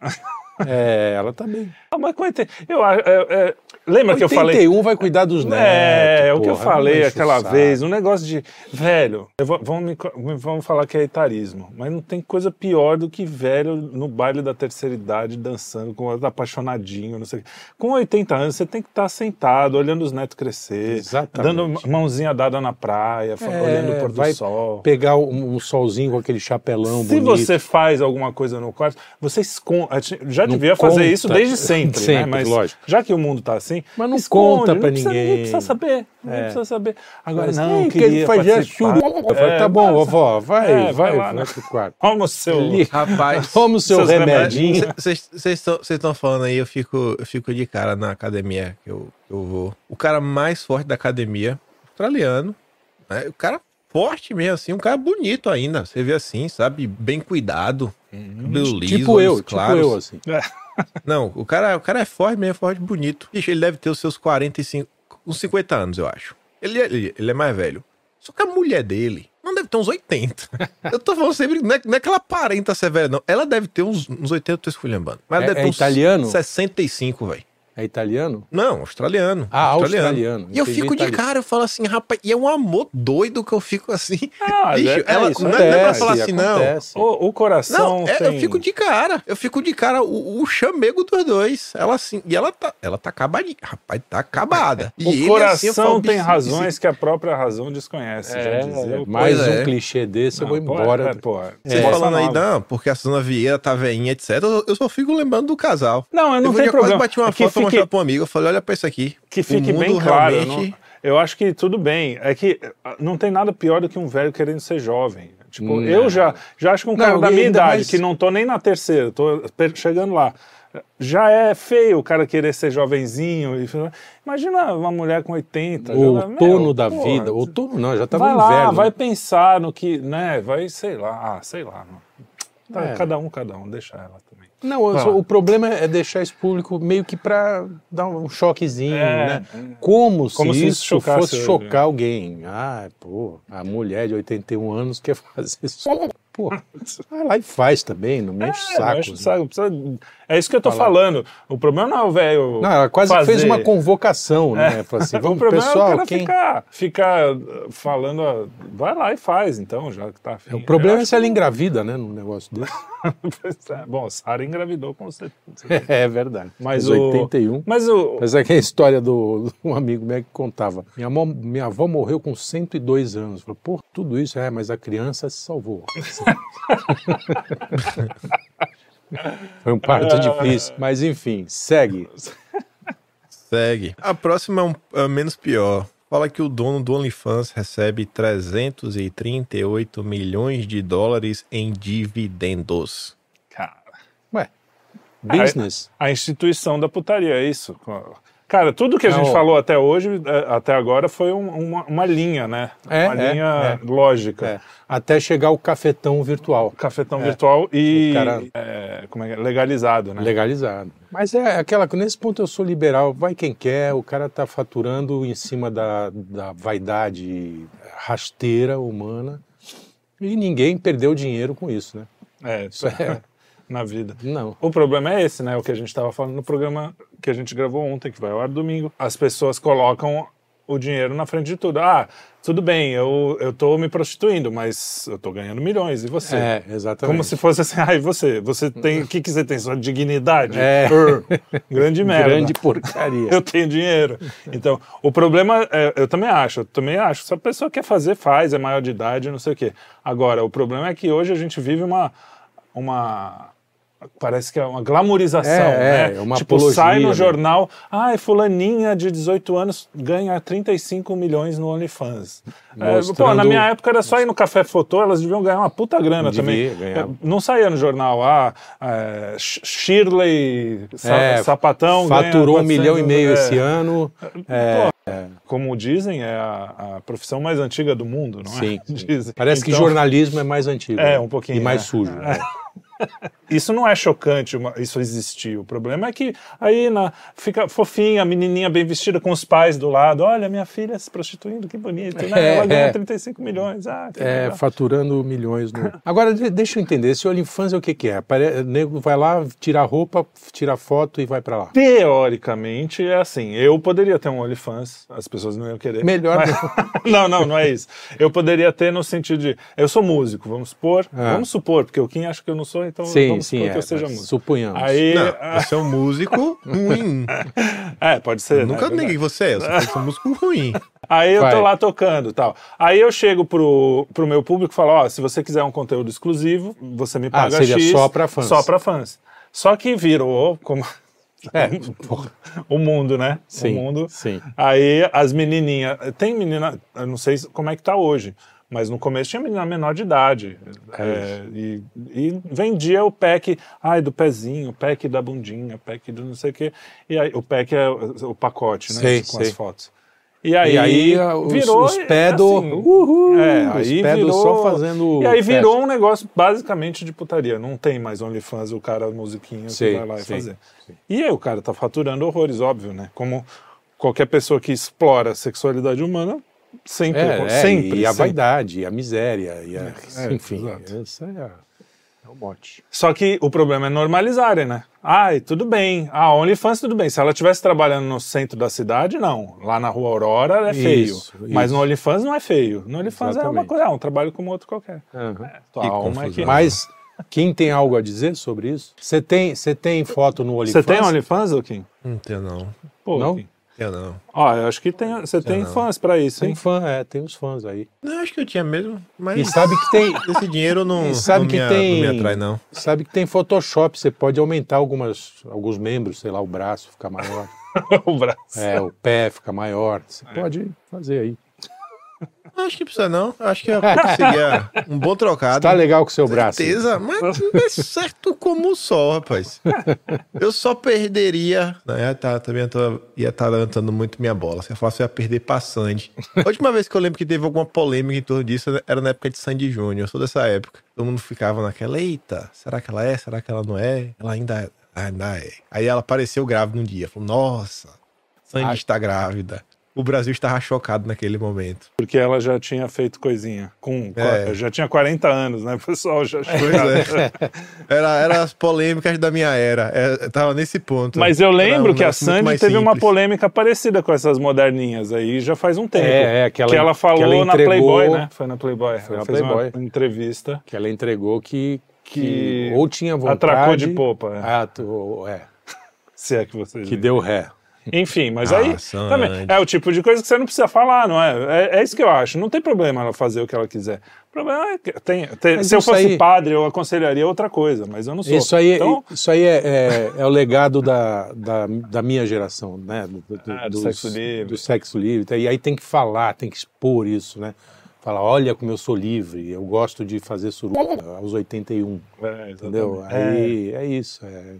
[SPEAKER 2] é, ela tá bem.
[SPEAKER 3] Ah, mas com 80 eu, a- é, é, lembra que eu falei?
[SPEAKER 2] 81 vai cuidar dos netos.
[SPEAKER 3] É, é o que eu
[SPEAKER 2] porra, não
[SPEAKER 3] falei
[SPEAKER 2] enche o
[SPEAKER 3] aquela
[SPEAKER 2] saco.
[SPEAKER 3] vez, um negócio de. Velho, eu vou- vão me co- me- vão falar que é etarismo, mas não tem coisa pior do que velho no baile da terceira idade dançando, com apaixonadinho, não sei o quê. Com 80 anos, você tem que estar sentado, olhando os netos crescer,
[SPEAKER 2] Exatamente.
[SPEAKER 3] dando ma- mãozinha dada na praia, fa-
[SPEAKER 2] É,
[SPEAKER 3] olhando o pôr do
[SPEAKER 2] vai
[SPEAKER 3] sol.
[SPEAKER 2] Pegar um, um solzinho com aquele chapelão
[SPEAKER 3] Se
[SPEAKER 2] bonito.
[SPEAKER 3] você faz alguma coisa no quarto, você esconde. Já
[SPEAKER 2] Não
[SPEAKER 3] devia fazer
[SPEAKER 2] conta.
[SPEAKER 3] isso desde sempre, né?
[SPEAKER 2] Sempre,
[SPEAKER 3] Mas
[SPEAKER 2] lógico.
[SPEAKER 3] já que o mundo tá assim,
[SPEAKER 2] Mas não
[SPEAKER 3] esconde,
[SPEAKER 2] conta pra
[SPEAKER 3] não precisa-
[SPEAKER 2] ninguém.
[SPEAKER 3] Não precisa saber, não
[SPEAKER 2] É.
[SPEAKER 3] precisa saber. Agora
[SPEAKER 2] Mas,
[SPEAKER 3] não,
[SPEAKER 2] "Ei,
[SPEAKER 3] queria
[SPEAKER 2] queria fazer
[SPEAKER 3] participar."
[SPEAKER 2] churuca. Eu falei,
[SPEAKER 3] É,
[SPEAKER 2] tá bom,
[SPEAKER 3] mas-
[SPEAKER 2] vovó, vai,
[SPEAKER 3] É, vai
[SPEAKER 2] vai,
[SPEAKER 3] lá,
[SPEAKER 2] vai,
[SPEAKER 3] né?
[SPEAKER 2] pro quarto.
[SPEAKER 3] Toma o seu.
[SPEAKER 2] Ali.
[SPEAKER 1] Rapaz.
[SPEAKER 2] Toma o seu
[SPEAKER 3] Seus
[SPEAKER 2] remedinho.
[SPEAKER 1] Vocês estão falando aí, eu fico, eu fico de cara na academia que eu, que eu vou. O cara mais forte da academia, australiano, né? O cara forte mesmo, assim, um cara bonito ainda. Você vê assim, sabe? Bem cuidado. Cabelo liso,
[SPEAKER 2] Tipo eu,
[SPEAKER 1] olhos claros.
[SPEAKER 2] tipo eu, assim.
[SPEAKER 1] Não, o cara, o cara é forte mesmo, forte, bonito. Bicho, ele deve ter os seus 45, uns 50 anos, eu acho. Ele, é- ele, ele é mais velho. Só que a mulher dele não deve ter uns 80. eu tô falando sempre, não é, não é que ela aparenta ser velha, não. Ela deve ter uns, uns 80, eu tô esculhambando. Mas ela
[SPEAKER 2] É-
[SPEAKER 1] deve
[SPEAKER 2] é
[SPEAKER 1] ter uns
[SPEAKER 2] italiano?
[SPEAKER 1] 65, velho.
[SPEAKER 2] É italiano?
[SPEAKER 1] Não, australiano.
[SPEAKER 2] Ah, australiano.
[SPEAKER 1] E eu
[SPEAKER 2] Entendi
[SPEAKER 1] fico de
[SPEAKER 2] italiano.
[SPEAKER 1] cara, eu falo assim, rapaz, e é um amor doido que eu fico assim.
[SPEAKER 3] Ah,
[SPEAKER 1] Bicho,
[SPEAKER 3] é- é
[SPEAKER 1] ela,
[SPEAKER 3] isso,
[SPEAKER 1] não, é, não é pra
[SPEAKER 2] Acontece,
[SPEAKER 1] falar assim, não.
[SPEAKER 2] acontece.
[SPEAKER 3] O, o coração
[SPEAKER 1] Não, é,
[SPEAKER 3] tem...
[SPEAKER 1] eu fico de cara. Eu fico de cara o, o chamego dos dois. Ela assim, e ela tá, ela tá acabadinha. Rapaz, tá acabada. E
[SPEAKER 3] O
[SPEAKER 1] ele, assim, eu
[SPEAKER 3] coração
[SPEAKER 1] falo,
[SPEAKER 3] tem
[SPEAKER 1] bicho,
[SPEAKER 3] razões que a própria razão desconhece.
[SPEAKER 2] É,
[SPEAKER 3] já dizia. o-
[SPEAKER 2] mais
[SPEAKER 1] Pois
[SPEAKER 2] um
[SPEAKER 1] é.
[SPEAKER 2] clichê desse, eu vou
[SPEAKER 3] Não, pô,
[SPEAKER 2] embora.
[SPEAKER 3] é, pô, é.
[SPEAKER 1] Vocês
[SPEAKER 3] Bossa
[SPEAKER 1] falando aí,
[SPEAKER 3] nova.
[SPEAKER 1] não, porque a Suzana Vieira tá veinha, etc. Eu, eu só fico lembrando do casal.
[SPEAKER 3] Não, eu não
[SPEAKER 1] eu
[SPEAKER 3] tenho
[SPEAKER 1] já quase
[SPEAKER 3] problema.
[SPEAKER 1] bati uma
[SPEAKER 3] É
[SPEAKER 1] foto
[SPEAKER 3] que
[SPEAKER 1] pra
[SPEAKER 3] fique-
[SPEAKER 1] mostrar pra um amigo. Eu falei, olha pra isso aqui.
[SPEAKER 3] Que
[SPEAKER 1] O
[SPEAKER 3] fique bem
[SPEAKER 1] mundo
[SPEAKER 3] claro. eu
[SPEAKER 1] realmente-
[SPEAKER 3] não- eu acho que tudo bem. É que eh, não tem nada pior do que um velho querendo ser jovem. Tipo,
[SPEAKER 2] Não.
[SPEAKER 3] eu já, já acho que um cara
[SPEAKER 2] Hum, é. Não,
[SPEAKER 3] da
[SPEAKER 2] e
[SPEAKER 3] minha
[SPEAKER 2] ainda
[SPEAKER 3] idade,
[SPEAKER 2] mais-
[SPEAKER 3] que não tô nem na terceira, tô pe- chegando lá. Já é feio o cara querer ser jovenzinho. e fala- Imagina uma mulher com 80.
[SPEAKER 2] O
[SPEAKER 3] já- meu,
[SPEAKER 2] outono da
[SPEAKER 3] porra,
[SPEAKER 2] vida. Outono não, já tava
[SPEAKER 3] vai
[SPEAKER 2] no
[SPEAKER 3] lá,
[SPEAKER 2] inverno.
[SPEAKER 3] vai
[SPEAKER 2] né?
[SPEAKER 3] pensar no que, né? Vai, sei lá, ah, sei lá. mano. Tá,
[SPEAKER 2] É.
[SPEAKER 3] Cada um, cada um, deixa ela também.
[SPEAKER 2] Não, eu
[SPEAKER 3] Vai
[SPEAKER 2] sou-
[SPEAKER 3] lá.
[SPEAKER 2] o problema é deixar isso público meio que pra dar um choquezinho,
[SPEAKER 3] É,
[SPEAKER 2] né? Como,
[SPEAKER 3] Como
[SPEAKER 2] se,
[SPEAKER 3] se isso
[SPEAKER 2] isso
[SPEAKER 3] chocasse né?
[SPEAKER 2] fosse
[SPEAKER 3] hoje,
[SPEAKER 2] chocar alguém. Ah, pô, a mulher de 81 anos quer fazer isso. Pô, vai lá e faz também, não me enche o
[SPEAKER 3] É, não
[SPEAKER 2] saco.
[SPEAKER 3] enche o
[SPEAKER 2] né?
[SPEAKER 3] saco, não precisa- É isso que eu tô
[SPEAKER 2] Falar.
[SPEAKER 3] falando. O problema não é o velho.
[SPEAKER 2] Não, ela quase
[SPEAKER 3] fazer.
[SPEAKER 2] fez uma convocação, né? Falou assim,
[SPEAKER 3] O
[SPEAKER 2] vamos,
[SPEAKER 3] problema é o
[SPEAKER 2] pessoal,
[SPEAKER 3] cara
[SPEAKER 2] quem...
[SPEAKER 3] ficar, ficar uh, falando, ó, vai lá e faz, então, já que tá afim.
[SPEAKER 2] O problema é se ela engravida, né, num negócio desse.
[SPEAKER 3] é... Bom, Sara engravidou com certeza.
[SPEAKER 2] É verdade.
[SPEAKER 3] Mas
[SPEAKER 2] Mas
[SPEAKER 3] o-
[SPEAKER 2] 81.
[SPEAKER 3] Mas o...
[SPEAKER 2] Mas é que a história do, de um amigo meu que contava. Minha, mó- minha avó morreu com 102 anos. Falei, pô, tudo isso, é, mas a criança se salvou. Foi um parto difícil. Mas enfim, segue.
[SPEAKER 1] Segue. A próxima é, um, é menos pior. Fala que o dono do OnlyFans recebe 338 milhões de dólares em dividendos.
[SPEAKER 3] Cara,
[SPEAKER 2] Ué, business.
[SPEAKER 3] a instituição da putaria, é isso? Cara, tudo que a
[SPEAKER 2] Não.
[SPEAKER 3] gente falou até hoje, eh, até agora, foi um- uma, uma linha, né?
[SPEAKER 2] É,
[SPEAKER 3] uma
[SPEAKER 2] é,
[SPEAKER 3] linha
[SPEAKER 2] é.
[SPEAKER 3] lógica.
[SPEAKER 2] É, até chegar o cafetão virtual.
[SPEAKER 3] Cafetão
[SPEAKER 2] É.
[SPEAKER 3] virtual e
[SPEAKER 2] O cara-
[SPEAKER 3] eh, como é, que é? legalizado, né?
[SPEAKER 2] Legalizado. Mas é aquela que nesse ponto eu sou liberal, vai quem quer, o cara tá faturando em cima da, da vaidade rasteira humana e ninguém perdeu dinheiro com isso, né?
[SPEAKER 3] É, isso
[SPEAKER 2] Isso é.
[SPEAKER 3] na vida.
[SPEAKER 2] Não.
[SPEAKER 3] O problema é esse, né? O que a gente estava falando no programa que a gente gravou ontem, que vai ao ar domingo. As pessoas colocam o dinheiro na frente de tudo. Ah, tudo bem, eu, eu tô me prostituindo, mas eu tô ganhando milhões. E você?
[SPEAKER 2] É, exatamente.
[SPEAKER 3] Como se fosse assim, ai, você, você tem, o que, que você tem? Sua dignidade?
[SPEAKER 2] É.
[SPEAKER 3] Brr. grande merda.
[SPEAKER 2] Grande porcaria.
[SPEAKER 3] Eu tenho dinheiro. Então, o problema, é, eu também acho, eu também acho. Se a pessoa quer fazer, faz, é maior de idade, não sei o quê. Agora, o problema é que hoje a gente vive uma. uma Parece que é uma glamorização,
[SPEAKER 2] É,
[SPEAKER 3] né?
[SPEAKER 2] é, uma
[SPEAKER 3] tipo, sai
[SPEAKER 2] apologia,
[SPEAKER 3] no
[SPEAKER 2] né?
[SPEAKER 3] jornal, ai, fulaninha de 18 anos ganha 35 milhões no OnlyFans. É, pô, na
[SPEAKER 2] Mostrando-
[SPEAKER 3] minha época era só ir no Café Fotô, elas deviam ganhar uma puta grana
[SPEAKER 2] Devia
[SPEAKER 3] também.
[SPEAKER 2] ganhar.
[SPEAKER 3] É, Não saía no jornal, ah, é, Sh- Shirley Sa-
[SPEAKER 2] É,
[SPEAKER 3] Sapatão Então, ganha
[SPEAKER 2] Faturou um milhão e
[SPEAKER 3] 400,
[SPEAKER 2] meio
[SPEAKER 3] é.
[SPEAKER 2] esse ano. É,
[SPEAKER 3] Como dizem, é a, a profissão mais antiga do mundo, não
[SPEAKER 2] sim.
[SPEAKER 3] é? Dizem.
[SPEAKER 2] Parece que
[SPEAKER 3] Então,
[SPEAKER 2] jornalismo é mais antigo.
[SPEAKER 3] É,
[SPEAKER 2] né?
[SPEAKER 3] um pouquinho,
[SPEAKER 2] E mais
[SPEAKER 3] é.
[SPEAKER 2] sujo. né?
[SPEAKER 3] Isso não é chocante, uma- isso existir. O problema é que aí na, fica fofinha, a menininha bem vestida com os pais do lado. Olha, minha filha se prostituindo, que bonito. né?
[SPEAKER 2] É,
[SPEAKER 3] Ela ganha
[SPEAKER 2] é.
[SPEAKER 3] 35 milhões. Ah, que
[SPEAKER 2] É,
[SPEAKER 3] legal.
[SPEAKER 2] faturando milhões. No... Agora, de- deixa eu entender, esse OnlyFans é o que que é? Apare... Nego vai lá, tira a roupa, tira a foto e vai pra lá.
[SPEAKER 3] Teoricamente é assim. Eu poderia ter um OnlyFans, as pessoas não iam querer.
[SPEAKER 2] Melhor
[SPEAKER 3] Mas- não, não, não é isso. Eu poderia ter no sentido de. Eu sou músico, vamos supor.
[SPEAKER 2] Ah.
[SPEAKER 3] Vamos supor, porque o Kim acha que eu não sou, então
[SPEAKER 2] Sim,
[SPEAKER 3] vamos
[SPEAKER 2] sim,
[SPEAKER 3] supor
[SPEAKER 2] é,
[SPEAKER 3] que eu seja
[SPEAKER 2] mas
[SPEAKER 3] músico.
[SPEAKER 2] suponhamos.
[SPEAKER 3] Aí.
[SPEAKER 1] Não,
[SPEAKER 3] ah,
[SPEAKER 1] você é um músico ruim.
[SPEAKER 3] é, pode ser.
[SPEAKER 1] Eu nunca
[SPEAKER 3] né?
[SPEAKER 1] neguei que você é, eu só sou um músico ruim.
[SPEAKER 3] Aí eu
[SPEAKER 2] Vai.
[SPEAKER 3] tô lá tocando e tal. Aí eu chego pro, pro meu público e falo: ó, se você quiser um conteúdo exclusivo, você me paga
[SPEAKER 2] Ah, seria
[SPEAKER 3] X,
[SPEAKER 2] só pra fãs.
[SPEAKER 3] Só pra fãs. Só que virou como
[SPEAKER 2] É,
[SPEAKER 3] o mundo, né?
[SPEAKER 2] Sim,
[SPEAKER 3] o mundo.
[SPEAKER 2] sim.
[SPEAKER 3] Aí as menininhas, tem menina, eu não sei como é que tá hoje, mas no começo tinha menina menor de idade. É, e, e vendia o pack, ai, do pezinho, o pack da bundinha, o pack do não sei o quê. E aí o pack é o o pacote, né?
[SPEAKER 2] Sei,
[SPEAKER 3] com
[SPEAKER 2] sei.
[SPEAKER 3] as fotos. E aí,
[SPEAKER 2] E aí, ah, os-
[SPEAKER 3] virou,
[SPEAKER 2] os pedo-
[SPEAKER 3] assim,
[SPEAKER 2] Uhul!
[SPEAKER 3] é,
[SPEAKER 2] Os
[SPEAKER 3] aí
[SPEAKER 2] pedo
[SPEAKER 3] virou,
[SPEAKER 2] só fazendo
[SPEAKER 3] E aí
[SPEAKER 2] festa.
[SPEAKER 3] virou um negócio basicamente de putaria. Não tem mais OnlyFans, o cara musiquinha
[SPEAKER 2] Sei,
[SPEAKER 3] que vai lá e
[SPEAKER 2] sei,
[SPEAKER 3] fazer. E aí o cara tá faturando horrores, óbvio, né? Como qualquer pessoa que explora a sexualidade humana, sempre,
[SPEAKER 2] é, é,
[SPEAKER 3] sempre.
[SPEAKER 2] E a
[SPEAKER 3] sempre.
[SPEAKER 2] vaidade, e a miséria, e a...
[SPEAKER 3] É,
[SPEAKER 2] enfim.
[SPEAKER 3] exato.
[SPEAKER 2] Essa é, a... é o mote.
[SPEAKER 3] Só que o problema é normalizarem, né? Ai, tudo bem. A OnlyFans, tudo bem. Se ela estivesse trabalhando no centro da cidade, não. Lá na Rua Aurora é feio.
[SPEAKER 2] Isso,
[SPEAKER 3] Mas
[SPEAKER 2] isso.
[SPEAKER 3] no OnlyFans não é feio. No OnlyFans é uma
[SPEAKER 2] Exatamente.
[SPEAKER 3] coisa, é um trabalho como outro qualquer.
[SPEAKER 2] Aham.
[SPEAKER 3] Tua
[SPEAKER 1] Que
[SPEAKER 3] alma é que...
[SPEAKER 1] confusão.
[SPEAKER 2] Mas quem tem algo a dizer sobre isso? Você tem, você tem foto no
[SPEAKER 3] Você
[SPEAKER 2] OnlyFans?
[SPEAKER 3] tem OnlyFans, ô Kim?
[SPEAKER 1] Não tenho não.
[SPEAKER 3] Pô,
[SPEAKER 2] Não?
[SPEAKER 3] Kim.
[SPEAKER 1] Eu não.
[SPEAKER 3] Ó, eu acho que tem, você tem
[SPEAKER 1] não.
[SPEAKER 3] fãs pra isso,
[SPEAKER 2] Tem
[SPEAKER 3] hein?
[SPEAKER 2] fã, é, tem uns fãs aí.
[SPEAKER 1] Não, acho que eu tinha mesmo,
[SPEAKER 3] É
[SPEAKER 1] mas
[SPEAKER 2] E sabe que tem,
[SPEAKER 1] esse dinheiro não,
[SPEAKER 2] E sabe
[SPEAKER 1] não
[SPEAKER 2] que
[SPEAKER 1] me, a-
[SPEAKER 2] tem-
[SPEAKER 1] não me atrai, não.
[SPEAKER 2] sabe que tem Photoshop, você pode aumentar algumas, alguns membros, sei lá, o braço fica maior,
[SPEAKER 3] o braço.
[SPEAKER 2] é, o pé fica maior. Você
[SPEAKER 3] É.
[SPEAKER 2] pode fazer aí.
[SPEAKER 1] Acho que precisa não. Acho que eu conseguia um bom trocado.
[SPEAKER 2] Tá legal com o seu braço.
[SPEAKER 1] certeza, mas não é certo como o sol, rapaz. Eu só perderia. Não, ia tá, também tô- ia estar levantando muito minha bola. Você ia falar que eu ia perder pra Sandy. A última vez que eu lembro que teve alguma polêmica em torno disso era na época de Sandy Júnior. Eu sou dessa época. Todo mundo ficava naquela: eita, será que ela é? Será que ela não é? Ela ainda é. Ainda é. Aí ela apareceu grávida um dia. Falou: nossa, Sandy
[SPEAKER 2] Ah.
[SPEAKER 1] está grávida. O Brasil estava chocado naquele momento.
[SPEAKER 3] Porque ela já tinha feito coisinha. Com,
[SPEAKER 1] É.
[SPEAKER 3] Já tinha 40 anos, né, pessoal? Já
[SPEAKER 1] Pois é. Era, era as polêmicas da minha era. É, eu tava nesse ponto.
[SPEAKER 3] Mas eu
[SPEAKER 1] Era
[SPEAKER 3] lembro
[SPEAKER 1] um
[SPEAKER 3] que a
[SPEAKER 1] negócio muito
[SPEAKER 3] Sandy teve
[SPEAKER 1] mais
[SPEAKER 3] uma
[SPEAKER 1] simples.
[SPEAKER 3] polêmica parecida com essas moderninhas aí, já faz um tempo.
[SPEAKER 2] É, é, que ela-
[SPEAKER 3] que ela falou
[SPEAKER 2] que ela
[SPEAKER 3] na
[SPEAKER 2] entregou-
[SPEAKER 3] Playboy, né? Foi na Playboy.
[SPEAKER 2] Foi
[SPEAKER 3] ela
[SPEAKER 2] na
[SPEAKER 3] fez uma
[SPEAKER 2] Playboy.
[SPEAKER 3] entrevista.
[SPEAKER 2] Que ela entregou que,
[SPEAKER 3] Que
[SPEAKER 2] que, ou tinha vontade...
[SPEAKER 3] atracou de popa, é.
[SPEAKER 2] Ah, tu- é,
[SPEAKER 3] Se é que vocês.
[SPEAKER 2] que deu ré.
[SPEAKER 3] Enfim, mas
[SPEAKER 1] Ah,
[SPEAKER 3] aí
[SPEAKER 1] Sandy.
[SPEAKER 3] também é o tipo de coisa que você não precisa falar, não é? é? é isso que eu acho. Não tem problema ela fazer o que ela quiser. O problema é que tem, tem-
[SPEAKER 2] Mas
[SPEAKER 3] se eu
[SPEAKER 2] isso
[SPEAKER 3] fosse
[SPEAKER 2] aí-
[SPEAKER 3] padre, eu aconselharia outra coisa, mas eu não sou.
[SPEAKER 2] Isso aí,
[SPEAKER 3] Então,
[SPEAKER 2] isso aí é, é- é o legado da, da, da minha geração, né? Do, do-
[SPEAKER 3] Ah, do
[SPEAKER 2] dos-
[SPEAKER 3] sexo livre.
[SPEAKER 2] do sexo livre. E aí tem que falar, tem que expor isso, né? Falar, olha como eu sou livre, eu gosto de fazer suruba aos 81,
[SPEAKER 3] é,
[SPEAKER 2] entendeu?
[SPEAKER 3] exatamente.
[SPEAKER 2] Aí é isso. É.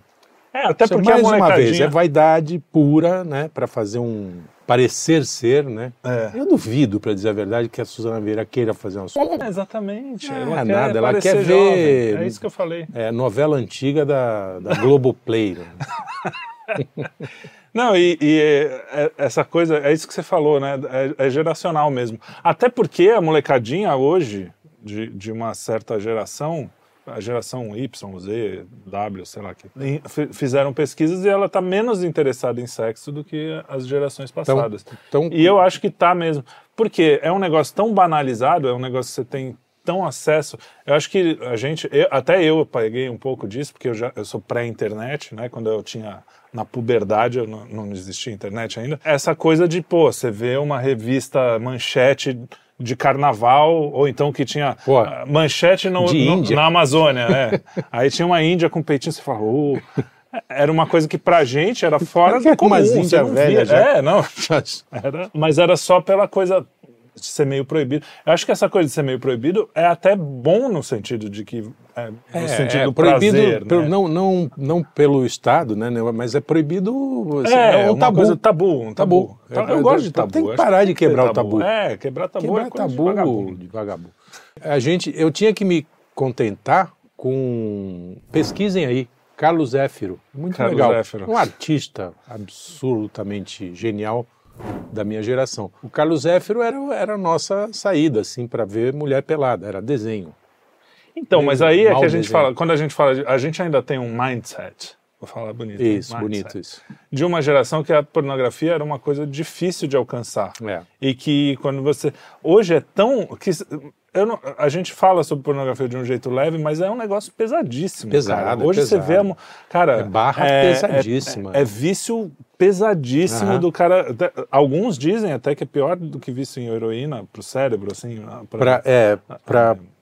[SPEAKER 3] É, até
[SPEAKER 2] Isso é
[SPEAKER 3] porque a
[SPEAKER 2] mais uma vez, é
[SPEAKER 3] molecadinha...
[SPEAKER 2] vaidade pura, né? Para fazer um parecer ser, né?
[SPEAKER 3] É.
[SPEAKER 2] Eu duvido, para dizer a verdade, que a Suzana Vieira queira fazer uma suruba.
[SPEAKER 3] É, Exatamente.
[SPEAKER 2] Não
[SPEAKER 3] ela
[SPEAKER 2] é
[SPEAKER 3] quer
[SPEAKER 2] nada, ela
[SPEAKER 3] parecer
[SPEAKER 2] quer ver-
[SPEAKER 3] jovem. É isso que eu falei.
[SPEAKER 2] É novela antiga da, da Globoplay, né?
[SPEAKER 3] Não, e, e, é, é, essa coisa, é isso que você falou, né? É, é geracional mesmo. Até porque a molecadinha hoje, de, de uma certa geração, a geração Y, Z, W, sei lá que, em- fi- fizeram pesquisas e ela tá menos interessada em sexo do que as gerações
[SPEAKER 2] Então,
[SPEAKER 3] passadas.
[SPEAKER 2] então
[SPEAKER 3] E eu acho que tá mesmo. Porque é um negócio tão banalizado, é um negócio que você tem tão acesso. Eu acho que a gente, eu- até eu paguei um pouco disso, porque eu já eu sou pré-internet, né? Quando eu tinha na puberdade, eu não, não existia internet ainda. Essa coisa de, pô, você vê uma revista manchete de carnaval, ou então que tinha
[SPEAKER 2] Pô,
[SPEAKER 3] ah, manchete no,
[SPEAKER 2] de
[SPEAKER 3] no-
[SPEAKER 2] Índia.
[SPEAKER 3] na Amazônia, né? Aí tinha uma Índia com peitinho, você fala, "Ô". era uma coisa que pra gente era fora do comum.
[SPEAKER 2] Umas
[SPEAKER 3] você
[SPEAKER 2] Índia
[SPEAKER 3] não
[SPEAKER 2] velha
[SPEAKER 3] via.
[SPEAKER 2] já.
[SPEAKER 3] É, não. Era, mas era só pela coisa de ser meio proibido. Eu acho que essa coisa de ser meio proibido é até bom no sentido de que. É, no sentido do prazer, né?
[SPEAKER 2] pelo- não, não, não pelo Estado, né? né, Mas é proibido. assim,
[SPEAKER 3] É,
[SPEAKER 2] um
[SPEAKER 3] uma coisa tabu, um tabu.
[SPEAKER 2] Tabu.
[SPEAKER 3] Eu,
[SPEAKER 2] É,
[SPEAKER 3] gosto de
[SPEAKER 2] tem
[SPEAKER 3] tabu.
[SPEAKER 2] que
[SPEAKER 3] acho
[SPEAKER 2] parar de
[SPEAKER 3] tem que
[SPEAKER 2] quebrar
[SPEAKER 3] ter
[SPEAKER 2] o tabu.
[SPEAKER 3] É, quebrar tabu
[SPEAKER 2] Quebrar
[SPEAKER 3] é coisa de
[SPEAKER 2] tabu
[SPEAKER 3] vagabundo.
[SPEAKER 2] de vagabundo. A gente, eu tinha que me contentar com. Pesquisem aí. Carlos Zéfiro, muito
[SPEAKER 3] Carlos
[SPEAKER 2] legal.
[SPEAKER 3] Zéfiro.
[SPEAKER 2] Um artista absolutamente genial da minha geração. O Carlos Zéfiro era, era a nossa saída, assim, para ver mulher pelada, era desenho.
[SPEAKER 3] Então, mas aí é
[SPEAKER 2] Mal
[SPEAKER 3] que a gente
[SPEAKER 2] desenho.
[SPEAKER 3] fala, quando a gente fala, de- a gente ainda tem um mindset. Vou falar bonito. né?
[SPEAKER 2] Isso,
[SPEAKER 3] Mindset.
[SPEAKER 2] bonito isso.
[SPEAKER 3] De uma geração que a pornografia era uma coisa difícil de alcançar.
[SPEAKER 2] É.
[SPEAKER 3] E que quando você. Hoje é tão. Que, eu não- a gente fala sobre pornografia de um jeito leve, mas é um negócio pesadíssimo.
[SPEAKER 2] Pesado,
[SPEAKER 3] cara.
[SPEAKER 2] é
[SPEAKER 3] Hoje
[SPEAKER 2] pesado.
[SPEAKER 3] você vê. a mo- Cara,
[SPEAKER 2] É barra pesadíssima.
[SPEAKER 3] É, é vício pesadíssimo
[SPEAKER 2] Aham.
[SPEAKER 3] do cara. da- Alguns dizem até que é pior do que vício em heroína pro cérebro, assim. pra-
[SPEAKER 2] Pra, é,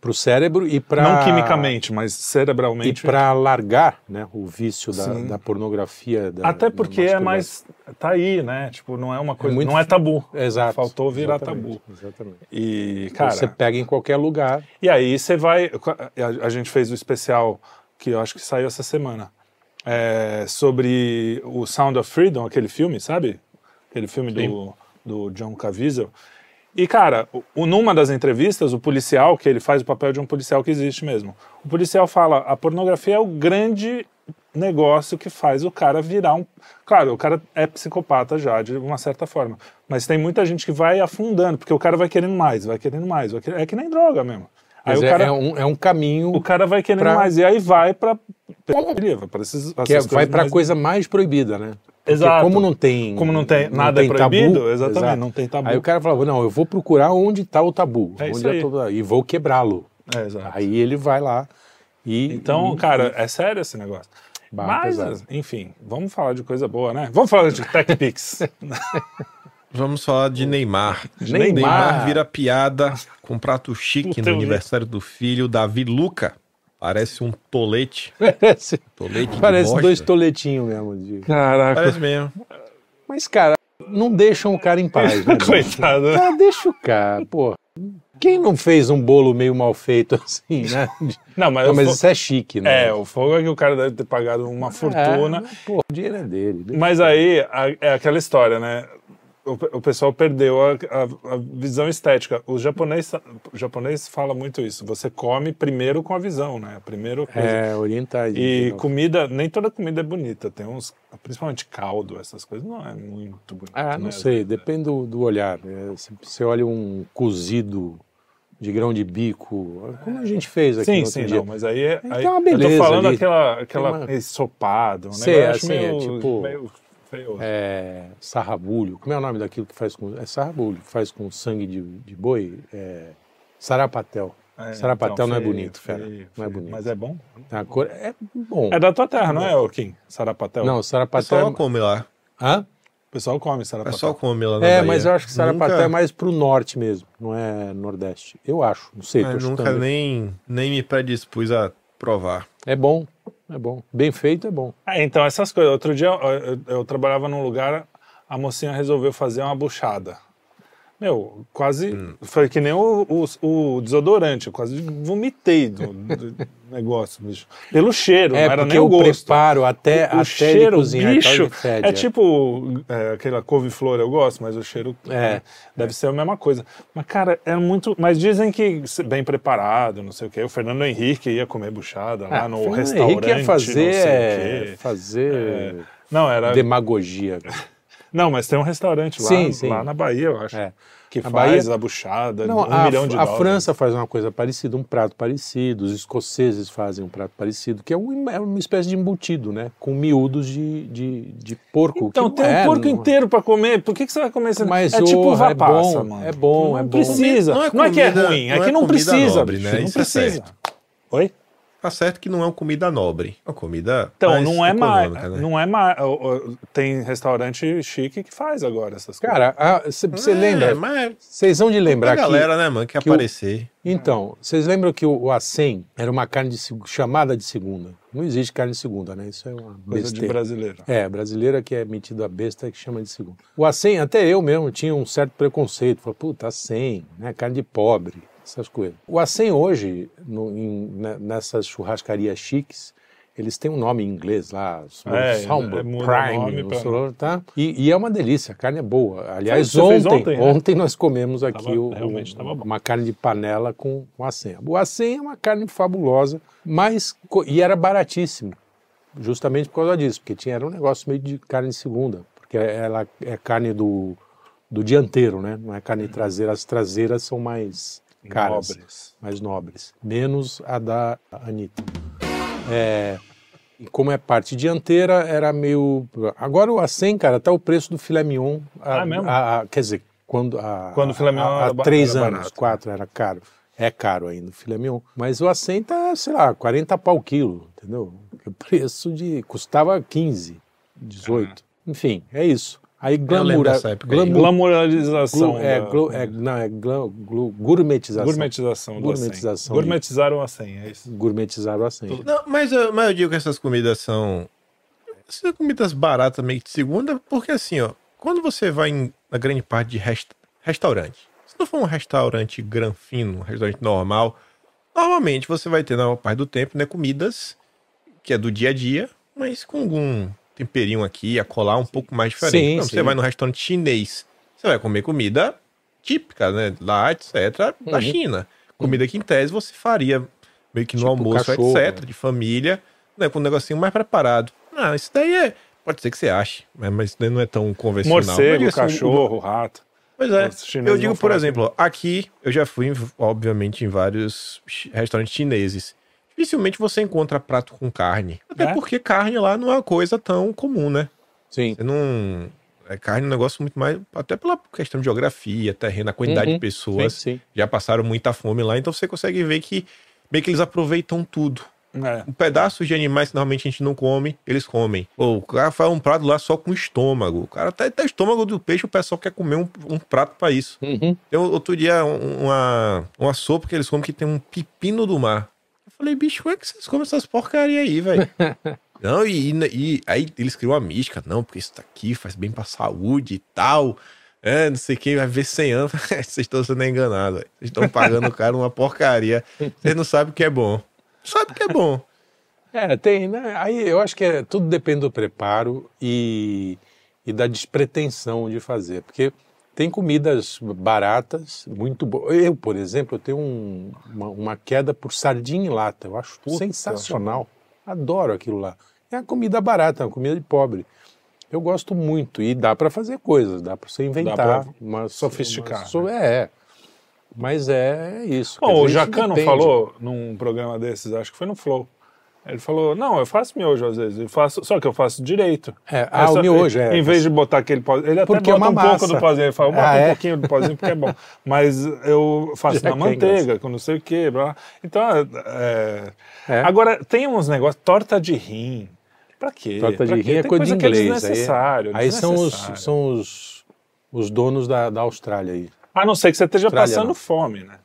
[SPEAKER 2] para o cérebro e para.
[SPEAKER 3] Não quimicamente, mas
[SPEAKER 2] E
[SPEAKER 3] cerebralmente.
[SPEAKER 2] para largar né, o vício da,
[SPEAKER 3] Sim.
[SPEAKER 2] da pornografia. Da,
[SPEAKER 3] Até
[SPEAKER 2] da
[SPEAKER 3] porque é
[SPEAKER 2] masturbação.
[SPEAKER 3] mais. Tá aí, né? Tipo, não é uma coisa.
[SPEAKER 2] muito
[SPEAKER 3] não é tabu.
[SPEAKER 2] Exato.
[SPEAKER 3] Faltou virar
[SPEAKER 2] Exatamente,
[SPEAKER 3] tabu.
[SPEAKER 2] Exatamente.
[SPEAKER 3] E,
[SPEAKER 2] Cara,
[SPEAKER 3] cara.
[SPEAKER 2] você pega em qualquer lugar.
[SPEAKER 3] E aí você vai. A, a gente fez o especial que eu acho que saiu essa semana. é, sobre o Sound of Freedom, aquele filme, sabe? Aquele filme do, do John Caviezel. E, cara, o- o- numa das entrevistas, o policial, que ele faz o papel de um policial que existe mesmo, o policial fala, a pornografia é o grande negócio que faz o cara virar um... Claro, o cara é psicopata já, de uma certa forma, mas tem muita gente que vai afundando, porque o cara vai querendo mais, vai querendo mais, vai querendo... é que nem droga mesmo. Aí
[SPEAKER 2] Mas
[SPEAKER 3] o
[SPEAKER 2] é,
[SPEAKER 3] cara,
[SPEAKER 2] é um, é um caminho
[SPEAKER 3] o cara vai querendo
[SPEAKER 2] pra-
[SPEAKER 3] mais. E aí vai pra. pedofilia, Vai pra esses,
[SPEAKER 2] que é-
[SPEAKER 3] essas
[SPEAKER 2] vai
[SPEAKER 3] coisas
[SPEAKER 2] para
[SPEAKER 3] mais-
[SPEAKER 2] coisa mais proibida, né? Porque
[SPEAKER 3] Exato.
[SPEAKER 2] Como não tem.
[SPEAKER 3] Como não tem nada é
[SPEAKER 2] tabu,
[SPEAKER 3] proibido, exatamente,
[SPEAKER 2] exato.
[SPEAKER 3] não tem tabu.
[SPEAKER 2] Aí o cara falava: não, eu vou procurar onde está o tabu.
[SPEAKER 3] É
[SPEAKER 2] onde
[SPEAKER 3] isso aí.
[SPEAKER 2] eu tô- e vou quebrá-lo.
[SPEAKER 3] É, exato.
[SPEAKER 2] Aí ele vai lá e.
[SPEAKER 3] Então,
[SPEAKER 2] e-
[SPEAKER 3] cara, é sério esse negócio.
[SPEAKER 2] Uhum. Bah,
[SPEAKER 3] Mas,
[SPEAKER 2] pesado.
[SPEAKER 3] enfim, vamos falar de coisa boa, né? Vamos falar de TechPix.
[SPEAKER 2] né,
[SPEAKER 1] Vamos falar de Neymar.
[SPEAKER 2] Neymar.
[SPEAKER 1] Neymar vira piada com um prato chique
[SPEAKER 3] Puta,
[SPEAKER 1] no
[SPEAKER 3] eu vi.
[SPEAKER 1] aniversário do filho, Davi Luca. Parece um tolete.
[SPEAKER 2] Parece,
[SPEAKER 1] Tolete de
[SPEAKER 2] parece
[SPEAKER 1] bosta.
[SPEAKER 2] dois toletinhos mesmo. de-
[SPEAKER 3] Caraca,
[SPEAKER 1] Parece mesmo. É
[SPEAKER 2] Mas, cara, não deixam o cara em paz. Né?
[SPEAKER 3] coitado. né?
[SPEAKER 2] cara, deixa o cara, pô. Quem não fez um bolo meio mal feito assim, né?
[SPEAKER 3] Não, mas,
[SPEAKER 2] Não,
[SPEAKER 3] o
[SPEAKER 2] mas
[SPEAKER 3] fo-
[SPEAKER 2] isso é chique, né?
[SPEAKER 3] é, o fogo é que o cara deve ter pagado uma fortuna.
[SPEAKER 2] É, pô, o dinheiro é dele. deixa
[SPEAKER 3] Mas aí a- é aquela história, né? O, pe- o pessoal perdeu a, a- a visão estética. O japonês, o japonês fala muito isso. Você come primeiro com a visão, né? Primeiro coisa.
[SPEAKER 2] É, orientais.
[SPEAKER 3] E
[SPEAKER 2] entendeu?
[SPEAKER 3] comida, nem toda comida é bonita. Tem uns, principalmente caldo, essas coisas, não é muito bonito.
[SPEAKER 2] Ah,
[SPEAKER 3] né?
[SPEAKER 2] não sei, depende do, do olhar. né? Se você olha um cozido de grão de bico, como a gente fez aqui no
[SPEAKER 3] Sim,
[SPEAKER 2] outro
[SPEAKER 3] sim,
[SPEAKER 2] dia.
[SPEAKER 3] não, mas aí, é-
[SPEAKER 2] Tem que
[SPEAKER 3] aí
[SPEAKER 2] ter uma beleza
[SPEAKER 3] eu tô falando
[SPEAKER 2] ali.
[SPEAKER 3] aquela, aquela
[SPEAKER 2] Tem uma-
[SPEAKER 3] ensopado, um
[SPEAKER 2] Sei,
[SPEAKER 3] negócio
[SPEAKER 2] assim, é
[SPEAKER 3] meio,
[SPEAKER 2] tipo-
[SPEAKER 3] meio feio.
[SPEAKER 2] É, sarrabulho, como é o nome daquilo que faz com... É sarrabulho, que faz com sangue de, de boi. É, sarapatel.
[SPEAKER 3] É,
[SPEAKER 2] sarapatel
[SPEAKER 3] então,
[SPEAKER 2] não é
[SPEAKER 3] feio,
[SPEAKER 2] bonito, fera.
[SPEAKER 3] feio,
[SPEAKER 2] não é
[SPEAKER 3] feio.
[SPEAKER 2] bonito.
[SPEAKER 3] Mas é bom?
[SPEAKER 2] A cor é bom.
[SPEAKER 3] É da tua terra, não é, ô Kim? Sarapatel?
[SPEAKER 2] Não,
[SPEAKER 1] O pessoal
[SPEAKER 2] sarapatel...
[SPEAKER 1] come lá.
[SPEAKER 2] É... Então, Hã?
[SPEAKER 3] O pessoal come
[SPEAKER 1] O
[SPEAKER 3] sarapatel.
[SPEAKER 1] pessoal come lá na
[SPEAKER 2] É,
[SPEAKER 1] Bahia.
[SPEAKER 2] mas eu acho que sarapatel
[SPEAKER 1] Nunca-
[SPEAKER 2] é mais pro norte mesmo, não é nordeste. Eu acho, não sei.
[SPEAKER 1] Eu
[SPEAKER 2] tô
[SPEAKER 1] é, nunca
[SPEAKER 2] chutando.
[SPEAKER 1] nem, nem me predispus a provar.
[SPEAKER 2] É bom, é bom. Bem feito é bom.
[SPEAKER 3] É, então, essas coisas. Outro dia eu, eu- eu trabalhava num lugar, a mocinha resolveu fazer uma buchada. Meu, quase.
[SPEAKER 2] Hum.
[SPEAKER 3] Foi que nem o, o- o desodorante, eu quase vomitei do, do negócio, bicho. Pelo cheiro,
[SPEAKER 2] é,
[SPEAKER 3] não era
[SPEAKER 2] porque
[SPEAKER 3] nem o
[SPEAKER 2] eu
[SPEAKER 3] gosto.
[SPEAKER 2] preparo até,
[SPEAKER 3] o
[SPEAKER 2] até ele
[SPEAKER 3] cheiro, o
[SPEAKER 2] cozinhar. então
[SPEAKER 3] bicho,
[SPEAKER 2] ele fede,
[SPEAKER 3] é,
[SPEAKER 2] é.
[SPEAKER 3] tipo é, aquela couve-flor eu gosto, mas o cheiro
[SPEAKER 2] É.
[SPEAKER 3] né, deve ser a mesma coisa. Mas, cara, é muito... Mas dizem que se- bem preparado, não sei o quê. O Fernando Henrique ia comer buchada lá
[SPEAKER 2] Ah,
[SPEAKER 3] no
[SPEAKER 2] Fernando
[SPEAKER 3] restaurante,
[SPEAKER 2] Henrique ia
[SPEAKER 3] não
[SPEAKER 2] fazer, é,
[SPEAKER 3] sei o quê.
[SPEAKER 2] fazer
[SPEAKER 3] É, Não, era...
[SPEAKER 2] demagogia.
[SPEAKER 3] Não, mas tem um restaurante lá,
[SPEAKER 2] Sim, sim.
[SPEAKER 3] lá na Bahia, eu acho,
[SPEAKER 2] É.
[SPEAKER 3] que
[SPEAKER 2] Na
[SPEAKER 3] faz
[SPEAKER 2] Bahia-
[SPEAKER 3] a buchada,
[SPEAKER 2] Não,
[SPEAKER 3] um
[SPEAKER 2] a,
[SPEAKER 3] milhão de
[SPEAKER 2] a
[SPEAKER 3] dólares.
[SPEAKER 2] França faz uma coisa parecida, um prato parecido. Os escoceses fazem um prato parecido, que é, um- é uma espécie de embutido, né? Com miúdos de, de, de porco.
[SPEAKER 3] Então,
[SPEAKER 2] que
[SPEAKER 3] tem um
[SPEAKER 2] é,
[SPEAKER 3] porco
[SPEAKER 2] não-
[SPEAKER 3] inteiro pra comer. Por que, que você vai comer esse
[SPEAKER 2] Mas,
[SPEAKER 3] É tipo
[SPEAKER 2] porra,
[SPEAKER 3] uva
[SPEAKER 2] é
[SPEAKER 3] passa,
[SPEAKER 2] bom,
[SPEAKER 3] mano.
[SPEAKER 2] é bom,
[SPEAKER 3] não
[SPEAKER 2] é bom.
[SPEAKER 3] precisa.
[SPEAKER 1] Não
[SPEAKER 3] Não
[SPEAKER 1] é
[SPEAKER 3] é, que é
[SPEAKER 1] comida-
[SPEAKER 3] ruim, é
[SPEAKER 1] não é
[SPEAKER 3] que não
[SPEAKER 1] comida
[SPEAKER 3] precisa,
[SPEAKER 1] nobre,
[SPEAKER 3] bicho,
[SPEAKER 1] né?
[SPEAKER 3] Não
[SPEAKER 1] Isso é
[SPEAKER 3] precisa.
[SPEAKER 1] certo.
[SPEAKER 3] Oi?
[SPEAKER 1] Tá certo que não é uma comida nobre. É uma comida
[SPEAKER 3] Então,
[SPEAKER 1] mais
[SPEAKER 3] não é mais.
[SPEAKER 1] econômica, né?
[SPEAKER 3] Não é mais. Tem restaurante chique que faz agora essas coisas.
[SPEAKER 2] Cara, você
[SPEAKER 1] É,
[SPEAKER 2] lembra?
[SPEAKER 1] mas
[SPEAKER 2] Vocês vão de
[SPEAKER 1] pra
[SPEAKER 2] lembrar que...
[SPEAKER 1] galera, né, mano, que,
[SPEAKER 2] que o-
[SPEAKER 1] aparecer.
[SPEAKER 2] Então, vocês lembram que o, o acém era uma carne de seg- chamada de segunda. Não existe carne de segunda, né? Isso é uma
[SPEAKER 3] coisa de
[SPEAKER 2] besteira.
[SPEAKER 3] brasileiro.
[SPEAKER 2] É, brasileira que é metido a besta que chama de segunda. O acém, até eu mesmo tinha um certo preconceito. Falei, puta, acém, né? Carne de pobre, essas coisas. O acém hoje, no- em- na- nessas churrascarias chiques, eles têm um nome em inglês lá,
[SPEAKER 3] É,
[SPEAKER 2] Salmon
[SPEAKER 3] é, muda o nome
[SPEAKER 2] Prime, não
[SPEAKER 3] pra-
[SPEAKER 2] sei lá, tá? E, e é uma delícia, a carne é boa. Aliás,
[SPEAKER 3] Foi- você fez
[SPEAKER 2] ontem,
[SPEAKER 3] ontem,
[SPEAKER 2] ontem,
[SPEAKER 3] né?
[SPEAKER 2] nós comemos aqui
[SPEAKER 3] Tava-
[SPEAKER 2] o-
[SPEAKER 3] realmente tava bom.
[SPEAKER 2] uma carne de panela com, com acém. O acém é uma carne fabulosa, mas co- e era baratíssimo, justamente por causa disso, porque tinha era um negócio meio de carne de segunda, porque ela é carne do, do dianteiro, né? Não é carne traseira. As traseiras são mais caras,
[SPEAKER 3] Nobres.
[SPEAKER 2] mais nobres, menos a da Anitta. É, e como é parte dianteira, era meio. Agora o acém, cara, tá o preço do filé mignon. A,
[SPEAKER 3] Ah, é mesmo?
[SPEAKER 2] a- a- quer dizer, quando a,
[SPEAKER 3] Quando o filé mignon
[SPEAKER 2] a,
[SPEAKER 3] era
[SPEAKER 2] a
[SPEAKER 3] ba-
[SPEAKER 2] três
[SPEAKER 3] era
[SPEAKER 2] anos,
[SPEAKER 3] barato.
[SPEAKER 2] quatro era caro. É caro ainda o filé mignon. Mas o acém tá, sei lá, 40 pau o quilo, entendeu? O preço de. custava 15, 18.
[SPEAKER 3] Ah.
[SPEAKER 2] Enfim, é isso. Aí
[SPEAKER 1] lembro
[SPEAKER 2] glamura,
[SPEAKER 1] dessa época aí.
[SPEAKER 2] glamour,
[SPEAKER 3] Glamoralização.
[SPEAKER 2] glu- é,
[SPEAKER 3] da-
[SPEAKER 2] glu- é, não, é glu- glu- gourmetização.
[SPEAKER 3] Gourmetização. do
[SPEAKER 2] Gourmetização.
[SPEAKER 3] acém. Gourmetizaram a senha, é isso.
[SPEAKER 2] Gourmetizaram o acém.
[SPEAKER 1] Não, mas eu, mas eu digo que essas comidas são. Essas comidas baratas meio que de segunda, porque assim, ó, quando você vai em, na grande parte de resta- restaurante, se não for um restaurante granfino, um restaurante normal, normalmente você vai ter, na maior parte do tempo, né, comidas que é do dia a dia, mas com algum temperinho aqui, a colar um pouco mais diferente.
[SPEAKER 2] Sim,
[SPEAKER 1] Não,
[SPEAKER 2] sim.
[SPEAKER 1] Você vai num restaurante chinês, você vai comer comida típica, né, lá, etc., da
[SPEAKER 2] Uhum.
[SPEAKER 1] China. Comida que, em tese, você faria meio que no
[SPEAKER 2] Tipo
[SPEAKER 1] almoço,
[SPEAKER 2] cachorro,
[SPEAKER 1] etc.,
[SPEAKER 2] né?
[SPEAKER 1] de família, né, com um negocinho mais preparado. Ah, isso daí é... Pode ser que você ache, né, mas isso daí não é tão convencional.
[SPEAKER 3] Morcego,
[SPEAKER 1] Mas, assim,
[SPEAKER 3] cachorro, rato.
[SPEAKER 1] o- Pois é.
[SPEAKER 3] Os chineses
[SPEAKER 1] Eu
[SPEAKER 3] vão
[SPEAKER 1] digo, por
[SPEAKER 3] falar.
[SPEAKER 1] exemplo, aqui eu já fui, em- obviamente, em vários chi- restaurantes chineses. Dificilmente você encontra prato com carne. Até
[SPEAKER 3] É.
[SPEAKER 1] porque carne lá não é uma coisa tão comum, né?
[SPEAKER 2] Sim.
[SPEAKER 1] Você não. É, carne é um negócio muito mais. Até pela questão de geografia, terreno, a quantidade
[SPEAKER 2] Uhum.
[SPEAKER 1] de pessoas.
[SPEAKER 2] Sim, sim.
[SPEAKER 1] Já passaram muita fome lá, então você consegue ver que meio que eles aproveitam tudo.
[SPEAKER 3] É.
[SPEAKER 1] Um pedaço de animais que normalmente a gente não come, eles comem. Ou o cara faz um prato lá só com estômago. O cara até, até estômago do peixe, o pessoal quer comer um, um prato pra isso.
[SPEAKER 2] Uhum.
[SPEAKER 1] Tem um- outro dia um- uma, uma sopa que eles comem que tem um pepino do mar. Eu falei, bicho, como é que vocês comem essas porcaria aí, velho? não, e, e- e aí eles criam uma mística, não, porque isso daqui faz bem pra saúde e tal. É, não sei quem vai ver 100 anos. Vocês estão sendo enganados, velho. Vocês estão pagando o cara uma porcaria. Vocês não sabem o que é bom. Não Sabe o que é bom.
[SPEAKER 2] É, tem, né? Aí eu acho que é, tudo depende do preparo e, e da despretensão de fazer, porque tem comidas baratas, muito boas. Eu, por exemplo, eu tenho um- uma, uma queda por sardinha em lata, eu acho sensacional. Adoro aquilo lá. É uma comida barata, é uma comida de pobre. Eu gosto muito e dá para fazer coisas, dá para você inventar,
[SPEAKER 3] pra
[SPEAKER 2] uma
[SPEAKER 3] sofisticar,
[SPEAKER 2] uma so- é, é. Mas é isso. quer
[SPEAKER 3] Bom,
[SPEAKER 2] dizer,
[SPEAKER 3] o
[SPEAKER 2] isso
[SPEAKER 3] Jacan não
[SPEAKER 2] depende.
[SPEAKER 3] falou num programa desses, acho que foi no Flow. Ele falou, não, eu faço miojo às vezes, eu faço, só que eu faço direito.
[SPEAKER 2] É, ah,
[SPEAKER 3] só-
[SPEAKER 2] o miojo, é.
[SPEAKER 3] Em vez de botar aquele pozinho, ele até
[SPEAKER 2] Porque é
[SPEAKER 3] bota
[SPEAKER 2] uma
[SPEAKER 3] um
[SPEAKER 2] massa.
[SPEAKER 3] pouco do pozinho, ele fala, bota
[SPEAKER 2] Ah,
[SPEAKER 3] um
[SPEAKER 2] é?
[SPEAKER 3] pouquinho do pozinho porque é bom. Mas eu faço
[SPEAKER 2] Já
[SPEAKER 3] na
[SPEAKER 2] que é
[SPEAKER 3] manteiga,
[SPEAKER 2] engraçado.
[SPEAKER 3] com não sei o quê. blá, blá. Então, é,
[SPEAKER 2] É.
[SPEAKER 3] Agora, tem uns negócios, torta de rim, pra quê?
[SPEAKER 2] Torta de
[SPEAKER 3] Pra quê?
[SPEAKER 2] rim é
[SPEAKER 3] Tem
[SPEAKER 2] coisa de
[SPEAKER 3] que é
[SPEAKER 2] inglês. aí-
[SPEAKER 3] desnecessário,
[SPEAKER 2] aí são, os,
[SPEAKER 3] desnecessário.
[SPEAKER 2] são os, os donos da, da Austrália aí.
[SPEAKER 3] A não ser que você esteja
[SPEAKER 2] Austrália,
[SPEAKER 3] passando
[SPEAKER 2] não.
[SPEAKER 3] fome, né?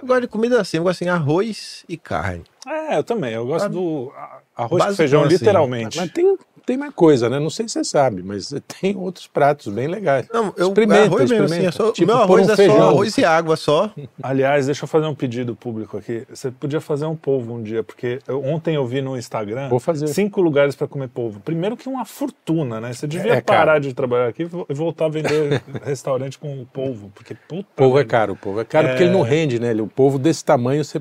[SPEAKER 1] Eu gosto de comida assim, eu gosto assim, arroz e carne.
[SPEAKER 3] É, eu também. Eu gosto do a- arroz com
[SPEAKER 1] basicão,
[SPEAKER 3] feijão,
[SPEAKER 1] assim.
[SPEAKER 3] literalmente.
[SPEAKER 2] Mas é tem, tem mais coisa, né? Não sei se você sabe, mas tem outros pratos bem legais.
[SPEAKER 1] Não, eu
[SPEAKER 2] Experimenta,
[SPEAKER 1] arroz mesmo, assim,
[SPEAKER 2] experimenta.
[SPEAKER 1] é só,
[SPEAKER 2] Tipo,
[SPEAKER 1] meu
[SPEAKER 2] pôr
[SPEAKER 1] arroz
[SPEAKER 2] um
[SPEAKER 1] é só
[SPEAKER 2] feijão.
[SPEAKER 1] arroz e água só.
[SPEAKER 3] Aliás, deixa eu fazer um pedido público aqui. Você podia fazer um polvo um dia, porque eu- ontem eu vi no Instagram
[SPEAKER 2] Vou fazer.
[SPEAKER 3] cinco lugares para comer polvo. Primeiro que uma fortuna, né? Você devia
[SPEAKER 2] É caro.
[SPEAKER 3] parar de trabalhar aqui e vo- e voltar a vender restaurante com o polvo, porque puta.
[SPEAKER 2] O povo é
[SPEAKER 3] merda.
[SPEAKER 2] caro, o povo é caro porque
[SPEAKER 3] É.
[SPEAKER 2] ele não rende, né? Ele- O povo desse tamanho você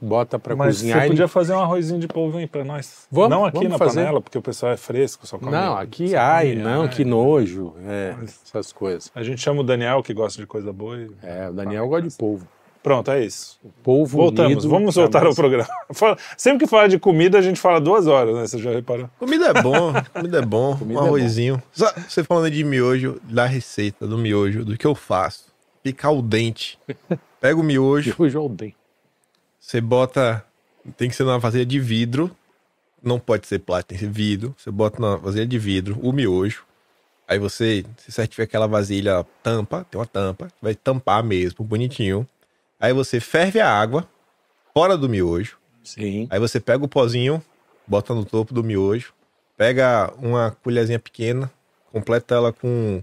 [SPEAKER 2] bota pra
[SPEAKER 3] Mas
[SPEAKER 2] cozinhar
[SPEAKER 3] você
[SPEAKER 2] e.
[SPEAKER 3] podia fazer um arrozinho de polvo aí para nós.
[SPEAKER 2] Vamos,
[SPEAKER 3] não aqui
[SPEAKER 2] vamos
[SPEAKER 3] na
[SPEAKER 2] fazer.
[SPEAKER 3] panela, porque o pessoal é fresco, só come.
[SPEAKER 2] Não, aqui,
[SPEAKER 3] só
[SPEAKER 2] ai,
[SPEAKER 3] come,
[SPEAKER 2] não,
[SPEAKER 3] ai.
[SPEAKER 2] que nojo. É, essas coisas.
[SPEAKER 3] A gente chama o Daniel, que gosta de coisa boa. e-
[SPEAKER 2] É, o Daniel gosta de polvo.
[SPEAKER 3] Pronto, é isso.
[SPEAKER 2] Polvo
[SPEAKER 3] Voltamos,
[SPEAKER 2] unido,
[SPEAKER 3] vamos voltar
[SPEAKER 1] tá,
[SPEAKER 3] ao
[SPEAKER 2] jamais-
[SPEAKER 3] programa. Fala- Sempre que fala de comida, a gente fala duas horas, né? Você já reparou?
[SPEAKER 1] Comida é bom, comida é bom,
[SPEAKER 2] Comida
[SPEAKER 1] um
[SPEAKER 2] é bom.
[SPEAKER 1] arrozinho. Só você falando de miojo, da receita do miojo, do que eu faço. Picar o dente. Pega o miojo,
[SPEAKER 2] Eu já odeio.
[SPEAKER 1] você bota. Tem que ser numa vasilha de vidro. Não pode ser plástico, tem que ser vidro. Você bota na vasilha de vidro o miojo. Aí você, se certifica aquela vasilha tampa, tem uma tampa, vai tampar mesmo, bonitinho. Aí você ferve a água fora do miojo.
[SPEAKER 2] Sim.
[SPEAKER 1] Aí você pega o pozinho, bota no topo do miojo, pega uma colherzinha pequena, completa ela com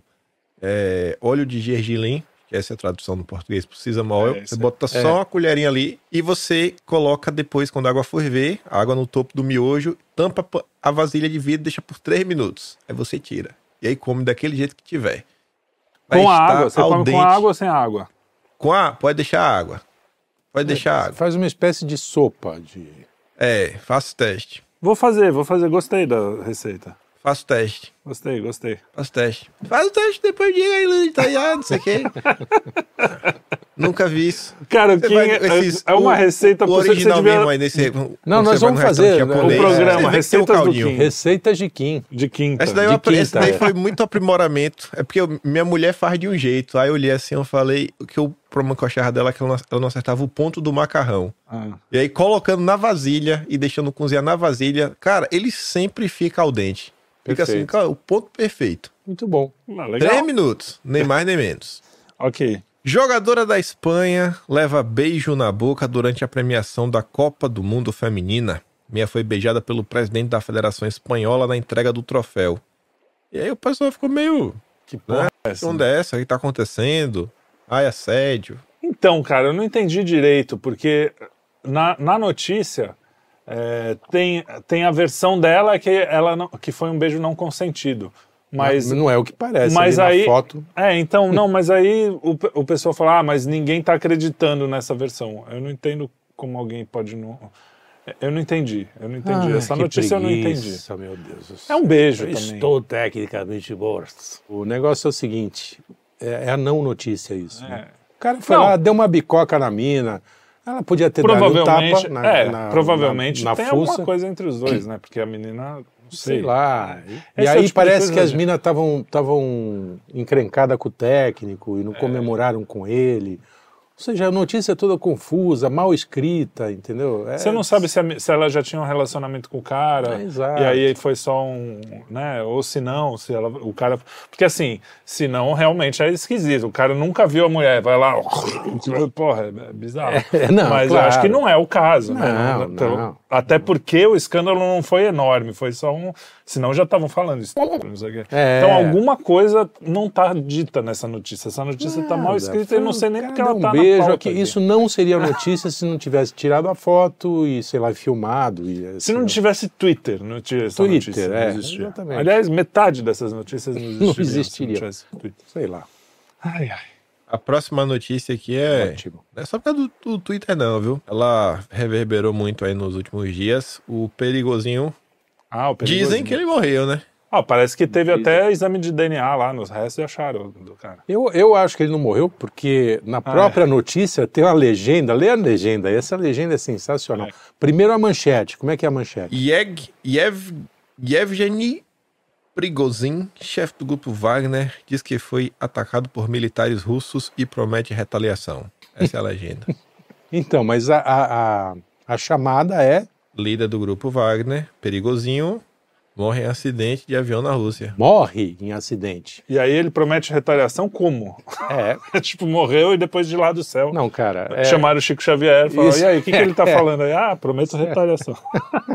[SPEAKER 1] é, óleo de gergelim, que essa é a tradução do português pro sesame oil.
[SPEAKER 3] É,
[SPEAKER 1] você
[SPEAKER 3] isso
[SPEAKER 1] bota
[SPEAKER 2] é.
[SPEAKER 1] só uma colherinha ali e você coloca depois, quando a água ferver, a água no topo do miojo, tampa pa- a vasilha de vidro, deixa por 3 minutos. Aí você tira. E aí come daquele jeito que tiver. Vai
[SPEAKER 3] com a
[SPEAKER 1] estar
[SPEAKER 3] água, você
[SPEAKER 1] ao
[SPEAKER 3] come
[SPEAKER 1] dente.
[SPEAKER 3] com a água ou sem água?
[SPEAKER 1] Com a- Pode deixar a água. Pode deixar a água.
[SPEAKER 2] Faz uma espécie de sopa de.
[SPEAKER 1] É, faço teste.
[SPEAKER 3] Vou fazer, vou fazer. Gostei da receita.
[SPEAKER 1] Faço teste.
[SPEAKER 3] Gostei, gostei.
[SPEAKER 1] Faz o teste. Faz o teste, depois diga aí, Luiz, tá ligado? Não sei o quê. Nunca vi isso.
[SPEAKER 3] Cara, o
[SPEAKER 1] Você
[SPEAKER 3] Kim
[SPEAKER 1] vai-
[SPEAKER 3] é,
[SPEAKER 1] esses-
[SPEAKER 3] é uma
[SPEAKER 1] o-
[SPEAKER 3] receita
[SPEAKER 1] o
[SPEAKER 3] por que você
[SPEAKER 1] original
[SPEAKER 3] devia...
[SPEAKER 1] mesmo aí nesse.
[SPEAKER 2] nós vamos
[SPEAKER 1] um
[SPEAKER 2] fazer, né, o programa,
[SPEAKER 3] Receitas do Kim.
[SPEAKER 2] Receitas de Kim.
[SPEAKER 3] De quinta.
[SPEAKER 1] Esse daí, eu
[SPEAKER 2] De
[SPEAKER 1] apre- esse
[SPEAKER 2] quinta,
[SPEAKER 1] daí
[SPEAKER 2] é.
[SPEAKER 1] foi muito aprimoramento. É porque eu- minha mulher faz de um jeito. Aí eu olhei assim, eu falei o que o problema que eu achava dela é que ela não- ela não acertava o ponto do macarrão.
[SPEAKER 3] Ah.
[SPEAKER 1] E aí colocando na vasilha e deixando cozinhar na vasilha, cara, ele sempre fica al dente. Fica assim,
[SPEAKER 2] Perfeito.
[SPEAKER 1] cara, o ponto perfeito.
[SPEAKER 2] Muito bom.
[SPEAKER 3] Ah,
[SPEAKER 1] Três
[SPEAKER 3] legal.
[SPEAKER 1] minutos, nem mais nem menos.
[SPEAKER 3] Ok.
[SPEAKER 1] Jogadora da Espanha leva beijo na boca durante a premiação da Copa do Mundo Feminina. Mia foi beijada pelo presidente da Federação Espanhola na entrega do troféu. E aí o pessoal ficou meio.
[SPEAKER 3] Que porra é
[SPEAKER 1] Que
[SPEAKER 3] essa?
[SPEAKER 1] onda é essa? O que tá acontecendo? Ai, assédio.
[SPEAKER 3] Então, cara, eu não entendi direito, porque na, na notícia é, tem, tem a versão dela que, ela não- que foi um beijo não consentido. Mas,
[SPEAKER 2] não, não é o que parece.
[SPEAKER 3] mas
[SPEAKER 2] ali
[SPEAKER 3] aí-
[SPEAKER 2] na foto.
[SPEAKER 3] É, então, não, mas aí o, pe- o pessoal fala, ah, mas ninguém tá acreditando nessa versão. Eu não entendo como alguém pode não. Eu não entendi, eu não entendi.
[SPEAKER 2] Ah,
[SPEAKER 3] Essa
[SPEAKER 2] que
[SPEAKER 3] notícia eu não entendi.
[SPEAKER 2] preguiça, Meu Deus. do
[SPEAKER 3] É
[SPEAKER 2] céu.
[SPEAKER 3] um beijo também.
[SPEAKER 2] tecnicamente morto. O negócio é o seguinte: É, é a não notícia isso. né?
[SPEAKER 3] É.
[SPEAKER 2] O cara foi
[SPEAKER 3] Não.
[SPEAKER 2] lá, deu uma bicoca na mina. Ela podia ter dado um
[SPEAKER 3] Provavelmente,
[SPEAKER 2] tapa na,
[SPEAKER 3] é,
[SPEAKER 2] na-
[SPEAKER 3] provavelmente
[SPEAKER 2] na, na
[SPEAKER 3] tem
[SPEAKER 2] fuça.
[SPEAKER 3] alguma coisa entre os dois, né? Porque a menina, não sei,
[SPEAKER 2] Sei lá. E
[SPEAKER 3] Esse é o
[SPEAKER 2] aí
[SPEAKER 3] tipo de
[SPEAKER 2] parece
[SPEAKER 3] coisa
[SPEAKER 2] que as
[SPEAKER 3] hoje.
[SPEAKER 2] minas estavam encrencadas com o técnico
[SPEAKER 3] É.
[SPEAKER 2] e não comemoraram com ele. Ou seja, a notícia é toda confusa, mal escrita, entendeu? É-
[SPEAKER 3] Você não sabe se, a mi- se ela já tinha um relacionamento com o cara,
[SPEAKER 2] É, exato.
[SPEAKER 3] e aí foi só um, né? Ou se não, se ela, o cara, porque assim, se não realmente é esquisito. O cara nunca viu a mulher, vai lá, porra, é bizarro.
[SPEAKER 2] É, não,
[SPEAKER 3] Mas eu
[SPEAKER 2] claro.
[SPEAKER 3] acho que não é o caso, né?
[SPEAKER 2] Não, não.
[SPEAKER 3] Até porque o escândalo não foi enorme, foi só um, senão já estavam falando isso. não sei o quê.
[SPEAKER 2] É.
[SPEAKER 3] Então alguma coisa não tá dita nessa notícia. Essa notícia tá mal
[SPEAKER 2] Nada,
[SPEAKER 3] escrita
[SPEAKER 2] foi
[SPEAKER 3] e não sei nem
[SPEAKER 2] cada
[SPEAKER 3] porque ela
[SPEAKER 2] um
[SPEAKER 3] tá
[SPEAKER 2] beijo,
[SPEAKER 3] na pauta
[SPEAKER 2] aqui.
[SPEAKER 3] aqui.
[SPEAKER 2] Isso não seria notícia se não tivesse tirado a foto e, sei lá, filmado. E, assim.
[SPEAKER 3] Se não
[SPEAKER 2] sei
[SPEAKER 3] tivesse Twitter, não tinha essa
[SPEAKER 2] Twitter,
[SPEAKER 3] notícia.
[SPEAKER 2] é,
[SPEAKER 3] não existia.
[SPEAKER 2] exatamente.
[SPEAKER 3] Aliás, metade dessas notícias não existiriam. se
[SPEAKER 2] existiria.
[SPEAKER 3] tivesse Twitter.
[SPEAKER 2] lá, sei lá.
[SPEAKER 3] Ai, ai.
[SPEAKER 1] A próxima notícia aqui é.
[SPEAKER 2] Ótimo.
[SPEAKER 1] Não é só por causa do, do Twitter, não, viu? Ela reverberou muito aí nos últimos dias. O perigosinho.
[SPEAKER 3] Ah, o perigoso.
[SPEAKER 1] Dizem que ele morreu, né?
[SPEAKER 3] Ah, parece que teve até exame de DNA lá nos restos e acharam do cara.
[SPEAKER 2] Eu, eu acho que ele não morreu, porque na
[SPEAKER 3] Ah, é.
[SPEAKER 2] própria notícia tem uma legenda. Lê a legenda, essa legenda é sensacional. Primeiro a manchete. Como é que é a manchete?
[SPEAKER 1] Yeg, Yev, Yevgeny Prigozhin, chefe do grupo Wagner, diz que foi atacado por militares russos e promete retaliação. Essa é a legenda.
[SPEAKER 2] Então, mas a, a, a, a chamada é
[SPEAKER 1] Líder do grupo Wagner, Perigozinho, morre em acidente de avião na Rússia.
[SPEAKER 2] morre em acidente.
[SPEAKER 3] E aí ele promete retaliação como?
[SPEAKER 2] É,
[SPEAKER 3] tipo, morreu e depois de lá do céu.
[SPEAKER 2] não, cara. é-
[SPEAKER 3] Chamaram o Chico Xavier e falaram,
[SPEAKER 2] Isso. É.
[SPEAKER 3] e aí, o que, que ele tá falando aí? Ah, prometo retaliação.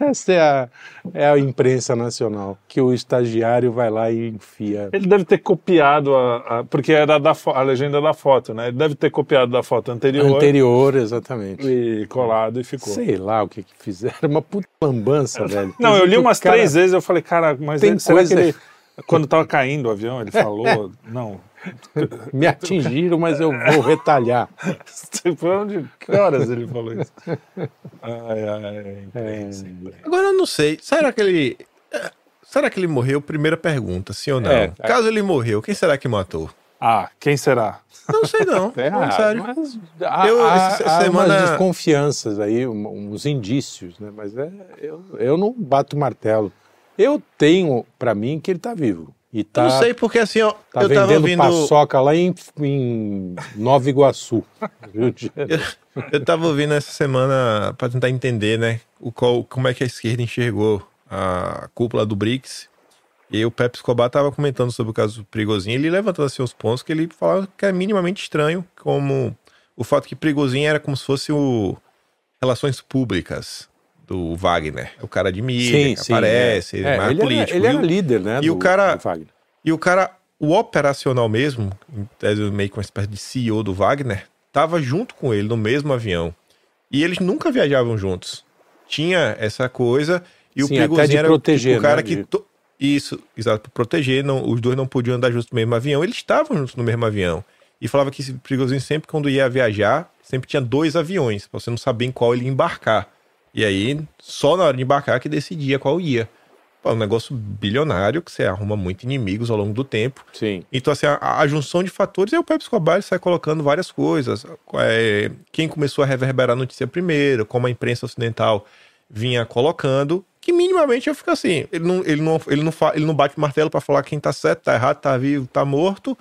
[SPEAKER 2] Essa é a, é a imprensa nacional, que o estagiário vai lá e enfia.
[SPEAKER 3] Ele deve ter copiado a, a- porque era da fo- a legenda da foto, né? Ele deve ter copiado da foto anterior,
[SPEAKER 2] Anterior, exatamente.
[SPEAKER 3] e colado e ficou.
[SPEAKER 2] Sei lá o que, que fizeram, uma puta lambança, velho.
[SPEAKER 3] Não,
[SPEAKER 2] Tem
[SPEAKER 3] eu li
[SPEAKER 2] gente
[SPEAKER 3] umas
[SPEAKER 2] que o cara-
[SPEAKER 3] três vezes, eu falei, cara, mas
[SPEAKER 2] Tem
[SPEAKER 3] ele, será
[SPEAKER 2] coisa-
[SPEAKER 3] que ele, quando tava caindo o avião, ele falou, não,
[SPEAKER 2] Me atingiram, mas eu vou retalhar.
[SPEAKER 3] Sei por onde, que horas ele falou isso? É. Ai, ai, imprensa, imprensa.
[SPEAKER 1] Agora eu não sei, será que ele. é, Será que ele morreu? Primeira pergunta, sim ou não?
[SPEAKER 2] É.
[SPEAKER 1] Caso ele morreu, quem será que matou?
[SPEAKER 3] Ah, quem será?
[SPEAKER 1] Não sei não.
[SPEAKER 2] É,
[SPEAKER 1] não, sério.
[SPEAKER 2] mas há,
[SPEAKER 1] Eu,
[SPEAKER 2] há-
[SPEAKER 1] essa
[SPEAKER 2] há
[SPEAKER 1] semana-
[SPEAKER 2] umas desconfianças aí, um- uns indícios, né? Mas é, eu, eu não bato o martelo. Eu tenho pra mim que ele tá vivo. E tá,
[SPEAKER 1] Eu não sei, porque assim, ó,
[SPEAKER 2] tá
[SPEAKER 1] eu tava
[SPEAKER 2] vendendo
[SPEAKER 1] ouvindo.
[SPEAKER 2] paçoca lá em, em Nova Iguaçu. Rio de Janeiro.
[SPEAKER 1] Eu tava ouvindo essa semana pra tentar entender, né, o qual, como é que a esquerda enxergou a cúpula do BRICS. E o Pepe Escobar tava comentando sobre o caso do Prigozinho, ele levantando assim uns pontos que ele falava que é minimamente estranho, como o fato que Prigozinho era como se fosse o Relações Públicas do Wagner. O cara de mídia, que aparece,
[SPEAKER 2] é. É,
[SPEAKER 1] mais
[SPEAKER 2] ele
[SPEAKER 1] político.
[SPEAKER 2] Era, ele
[SPEAKER 1] E
[SPEAKER 2] era
[SPEAKER 1] o-
[SPEAKER 2] líder, né?
[SPEAKER 1] e o cara-
[SPEAKER 2] Wagner.
[SPEAKER 1] e o cara, o operacional mesmo, em tese, meio que uma espécie de CEO do Wagner, tava junto com ele no mesmo avião. E eles nunca viajavam juntos. Tinha essa coisa e
[SPEAKER 2] Sim,
[SPEAKER 1] o
[SPEAKER 2] até
[SPEAKER 1] Prigozhin
[SPEAKER 2] de
[SPEAKER 1] era
[SPEAKER 2] proteger,
[SPEAKER 1] o cara
[SPEAKER 2] né,
[SPEAKER 1] que
[SPEAKER 2] de-
[SPEAKER 1] to- isso, exato, pra proteger, não, os dois não podiam andar juntos no mesmo avião, eles estavam juntos no mesmo avião. E falava que esse Prigozhin sempre quando ia viajar, sempre tinha dois aviões, pra você não saber em qual ele ia embarcar. E aí, só na hora de embarcar que decidia qual ia. Pô, é um negócio bilionário que você arruma muito inimigos ao longo do tempo.
[SPEAKER 2] Sim.
[SPEAKER 1] Então, assim, a, a junção de fatores é o Pepe Escobar ele sai colocando várias coisas. É, quem começou a reverberar a notícia primeiro, como a imprensa ocidental vinha colocando, que minimamente eu fico assim. Ele não, ele não, ele não, fa- ele não bate o martelo pra falar quem tá certo, tá errado, tá vivo, tá morto,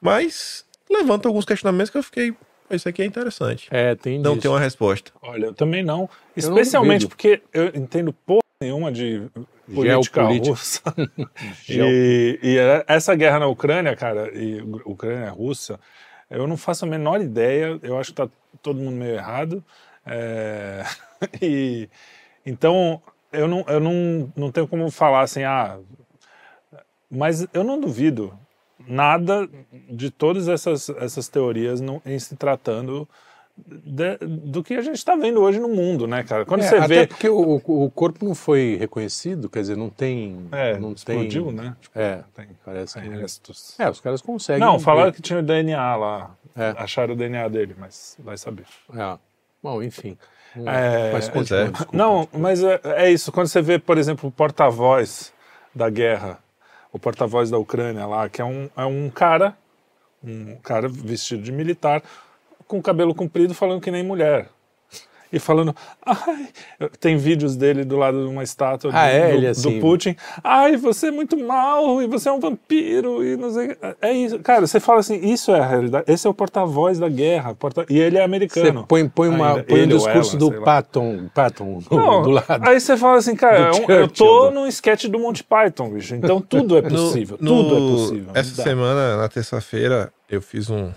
[SPEAKER 1] mas levanta alguns questionamentos que eu fiquei. Isso aqui é interessante.
[SPEAKER 2] É, tem
[SPEAKER 1] Não
[SPEAKER 2] disso.
[SPEAKER 1] tem uma resposta.
[SPEAKER 3] Olha, eu também não.
[SPEAKER 2] Eu não
[SPEAKER 3] Especialmente
[SPEAKER 2] duvido.
[SPEAKER 3] porque eu entendo porra nenhuma de política
[SPEAKER 2] Geopolítica.
[SPEAKER 3] russa. E, e essa guerra na Ucrânia, cara, e Ucrânia russa, eu não faço a menor ideia. Eu acho que tá todo mundo meio errado. É, e então eu não, eu não, não tenho como falar assim, ah, mas eu não duvido nada de todas essas, essas teorias no- em se tratando de- do que a gente está vendo hoje no mundo, né, cara? Quando
[SPEAKER 2] É,
[SPEAKER 3] você
[SPEAKER 2] até
[SPEAKER 3] vê
[SPEAKER 2] porque o, o corpo não foi reconhecido, quer dizer, não tem...
[SPEAKER 3] É,
[SPEAKER 2] não
[SPEAKER 3] explodiu,
[SPEAKER 2] tem,
[SPEAKER 3] né?
[SPEAKER 2] É,
[SPEAKER 3] Tem
[SPEAKER 2] parece que...
[SPEAKER 3] restos.
[SPEAKER 2] É, os caras conseguem...
[SPEAKER 3] Não,
[SPEAKER 2] ver.
[SPEAKER 3] falaram que tinha o DNA lá.
[SPEAKER 2] É.
[SPEAKER 3] Acharam o DNA dele, mas vai saber.
[SPEAKER 2] É. Bom, enfim.
[SPEAKER 3] É,
[SPEAKER 1] pois
[SPEAKER 2] Mas continua,
[SPEAKER 1] é.
[SPEAKER 2] desculpa.
[SPEAKER 3] Não, mas é, é isso. Quando você vê, por exemplo, o porta-voz da guerra, o porta-voz da Ucrânia lá, que é um, é um cara um cara vestido de militar, com o cabelo comprido, falando que nem mulher. E falando, ai, tem vídeos dele do lado de uma estátua
[SPEAKER 2] Ah,
[SPEAKER 3] do,
[SPEAKER 2] é?
[SPEAKER 3] do-
[SPEAKER 2] Ele
[SPEAKER 3] do
[SPEAKER 2] assim-
[SPEAKER 3] Putin. Ai, você é muito mal, e você é um vampiro, e não sei. É isso. Cara, você fala assim, isso é a realidade. Esse é o porta-voz da guerra. porta- E ele é
[SPEAKER 2] Você
[SPEAKER 3] americano.
[SPEAKER 2] põe, põe, uma,
[SPEAKER 3] Ainda,
[SPEAKER 2] põe um
[SPEAKER 3] ele ou
[SPEAKER 2] discurso
[SPEAKER 3] ela, sei
[SPEAKER 2] do
[SPEAKER 3] lá.
[SPEAKER 2] Patton, Patton do-
[SPEAKER 3] Não,
[SPEAKER 2] do lado.
[SPEAKER 3] Aí você fala assim, cara,
[SPEAKER 2] Do
[SPEAKER 3] é um- eu tô
[SPEAKER 2] Churchill.
[SPEAKER 3] num sketch do Monty Python, bicho. Então tudo é possível. tudo é possível.
[SPEAKER 1] Essa
[SPEAKER 3] Dá.
[SPEAKER 1] semana, na terça-feira, eu fiz um,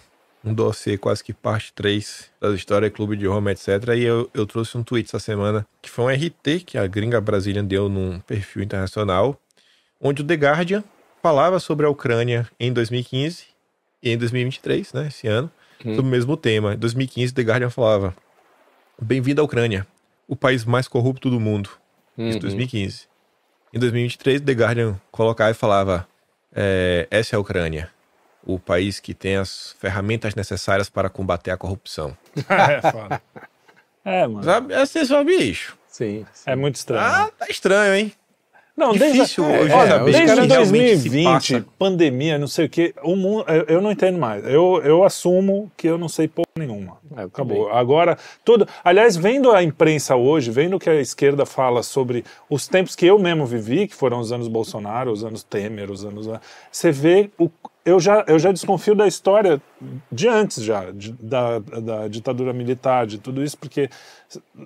[SPEAKER 1] um dossiê quase que parte 3 das histórias Clube de Roma, etc. E eu, eu trouxe um tweet essa semana, que foi um RT que a gringa Brasília deu num perfil internacional, onde o The Guardian falava sobre a Ucrânia em 2015 e em 2023, né, esse ano,
[SPEAKER 3] Uhum.
[SPEAKER 2] Hum.
[SPEAKER 1] sobre o mesmo tema. Em 2015, The Guardian falava: Bem-vindo à Ucrânia, o país mais corrupto do mundo.
[SPEAKER 3] Uhum.
[SPEAKER 1] Isso em 2015. Em 2023, The Guardian colocava e falava: é, essa é a Ucrânia, o país que tem as ferramentas necessárias para combater a corrupção.
[SPEAKER 3] é, foda. É, mano.
[SPEAKER 1] Sabe? Esse é só bicho.
[SPEAKER 2] Sim. sim.
[SPEAKER 3] É muito estranho.
[SPEAKER 1] Ah, tá estranho, hein?
[SPEAKER 3] não,
[SPEAKER 1] difícil
[SPEAKER 3] desde, É,
[SPEAKER 1] hoje
[SPEAKER 3] olha,
[SPEAKER 2] saber o
[SPEAKER 3] desde
[SPEAKER 2] que
[SPEAKER 1] realmente se
[SPEAKER 3] 2020,
[SPEAKER 1] passa.
[SPEAKER 3] pandemia, não sei o que, o mundo, eu, eu não entendo mais. Eu, eu assumo que eu não sei porra nenhuma.
[SPEAKER 2] É, eu
[SPEAKER 3] Acabou. Agora, tudo. Aliás, vendo a imprensa hoje, vendo o que a esquerda fala sobre os tempos que eu mesmo vivi, que foram os anos Bolsonaro, os anos Temer, os anos. né, Você vê. O, eu, já, eu já desconfio da história de antes, já, de- da, da ditadura militar, de tudo isso, porque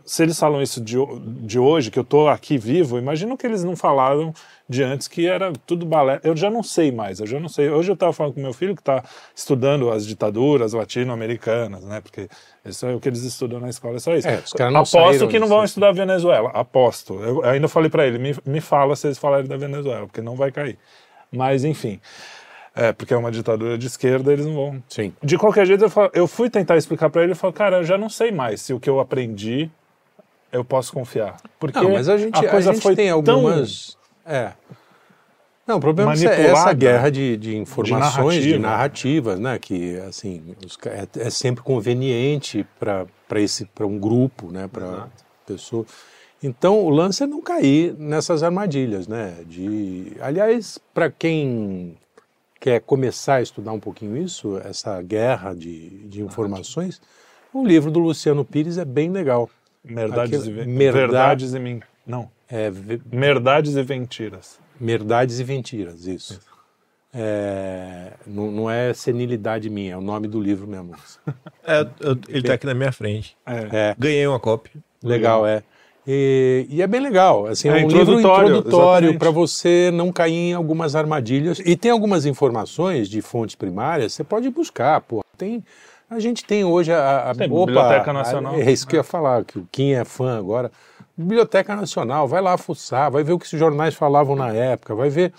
[SPEAKER 3] se eles falam isso de, ho- de hoje, que eu tô aqui vivo, imagino que eles não falaram de antes, que era tudo balé. Eu já não sei mais, eu já não sei. Hoje eu estava falando com meu filho que está estudando as ditaduras latino-americanas, né? Porque isso é o que eles estudam na escola, é só isso.
[SPEAKER 2] É, os caras não
[SPEAKER 3] aposto
[SPEAKER 2] saíram
[SPEAKER 3] que não
[SPEAKER 2] disso.
[SPEAKER 3] vão estudar Venezuela, aposto. Eu ainda falei para ele, me, me fala se eles falarem da Venezuela, porque não vai cair. Mas, enfim. É, porque é uma ditadura de esquerda, eles não vão
[SPEAKER 2] Sim.
[SPEAKER 3] de qualquer jeito, eu, falo- eu fui tentar explicar pra ele, eu falei, cara, eu já não sei mais se o que eu aprendi eu posso confiar. Porque
[SPEAKER 2] Não, mas a gente, a
[SPEAKER 3] coisa
[SPEAKER 2] gente
[SPEAKER 3] foi
[SPEAKER 2] tem
[SPEAKER 3] tão-
[SPEAKER 2] algumas. É. Não, o problema é essa
[SPEAKER 3] Manipulada.
[SPEAKER 2] guerra de, de informações, de,
[SPEAKER 3] narrativa.
[SPEAKER 2] narrativas, né? Que assim os ca- é, é sempre conveniente para esse para um grupo, né? Para pessoa. Então o lance é não cair nessas armadilhas, né? De, aliás, para quem quer começar a estudar um pouquinho isso, essa guerra de, de informações, o livro do Luciano Pires é bem legal.
[SPEAKER 3] Merdades,
[SPEAKER 2] Aquilo-
[SPEAKER 3] e, ve-
[SPEAKER 2] merda-
[SPEAKER 3] verdades e men- Não,
[SPEAKER 2] É ve-
[SPEAKER 3] merdades e mentiras.
[SPEAKER 2] Merdades e Mentiras, isso. É, não, não é senilidade minha, é o nome do livro mesmo.
[SPEAKER 1] É, eu- ele tá aqui na minha frente.
[SPEAKER 3] É.
[SPEAKER 2] É,
[SPEAKER 1] Ganhei uma cópia.
[SPEAKER 2] legal, é. E, e é bem legal, assim, é,
[SPEAKER 3] É
[SPEAKER 2] um livro
[SPEAKER 3] introdutório,
[SPEAKER 2] introdutório
[SPEAKER 3] exatamente.
[SPEAKER 2] para você não cair em algumas armadilhas. E tem algumas informações de fontes primárias, você pode buscar, pô. Tem, a gente tem hoje a, a
[SPEAKER 3] Tem
[SPEAKER 2] opa,
[SPEAKER 3] Biblioteca Nacional.
[SPEAKER 2] a- é isso que eu ia falar, que o Kim é fã agora. Biblioteca Nacional, vai lá fuçar, vai ver o que os jornais falavam na época, vai ver,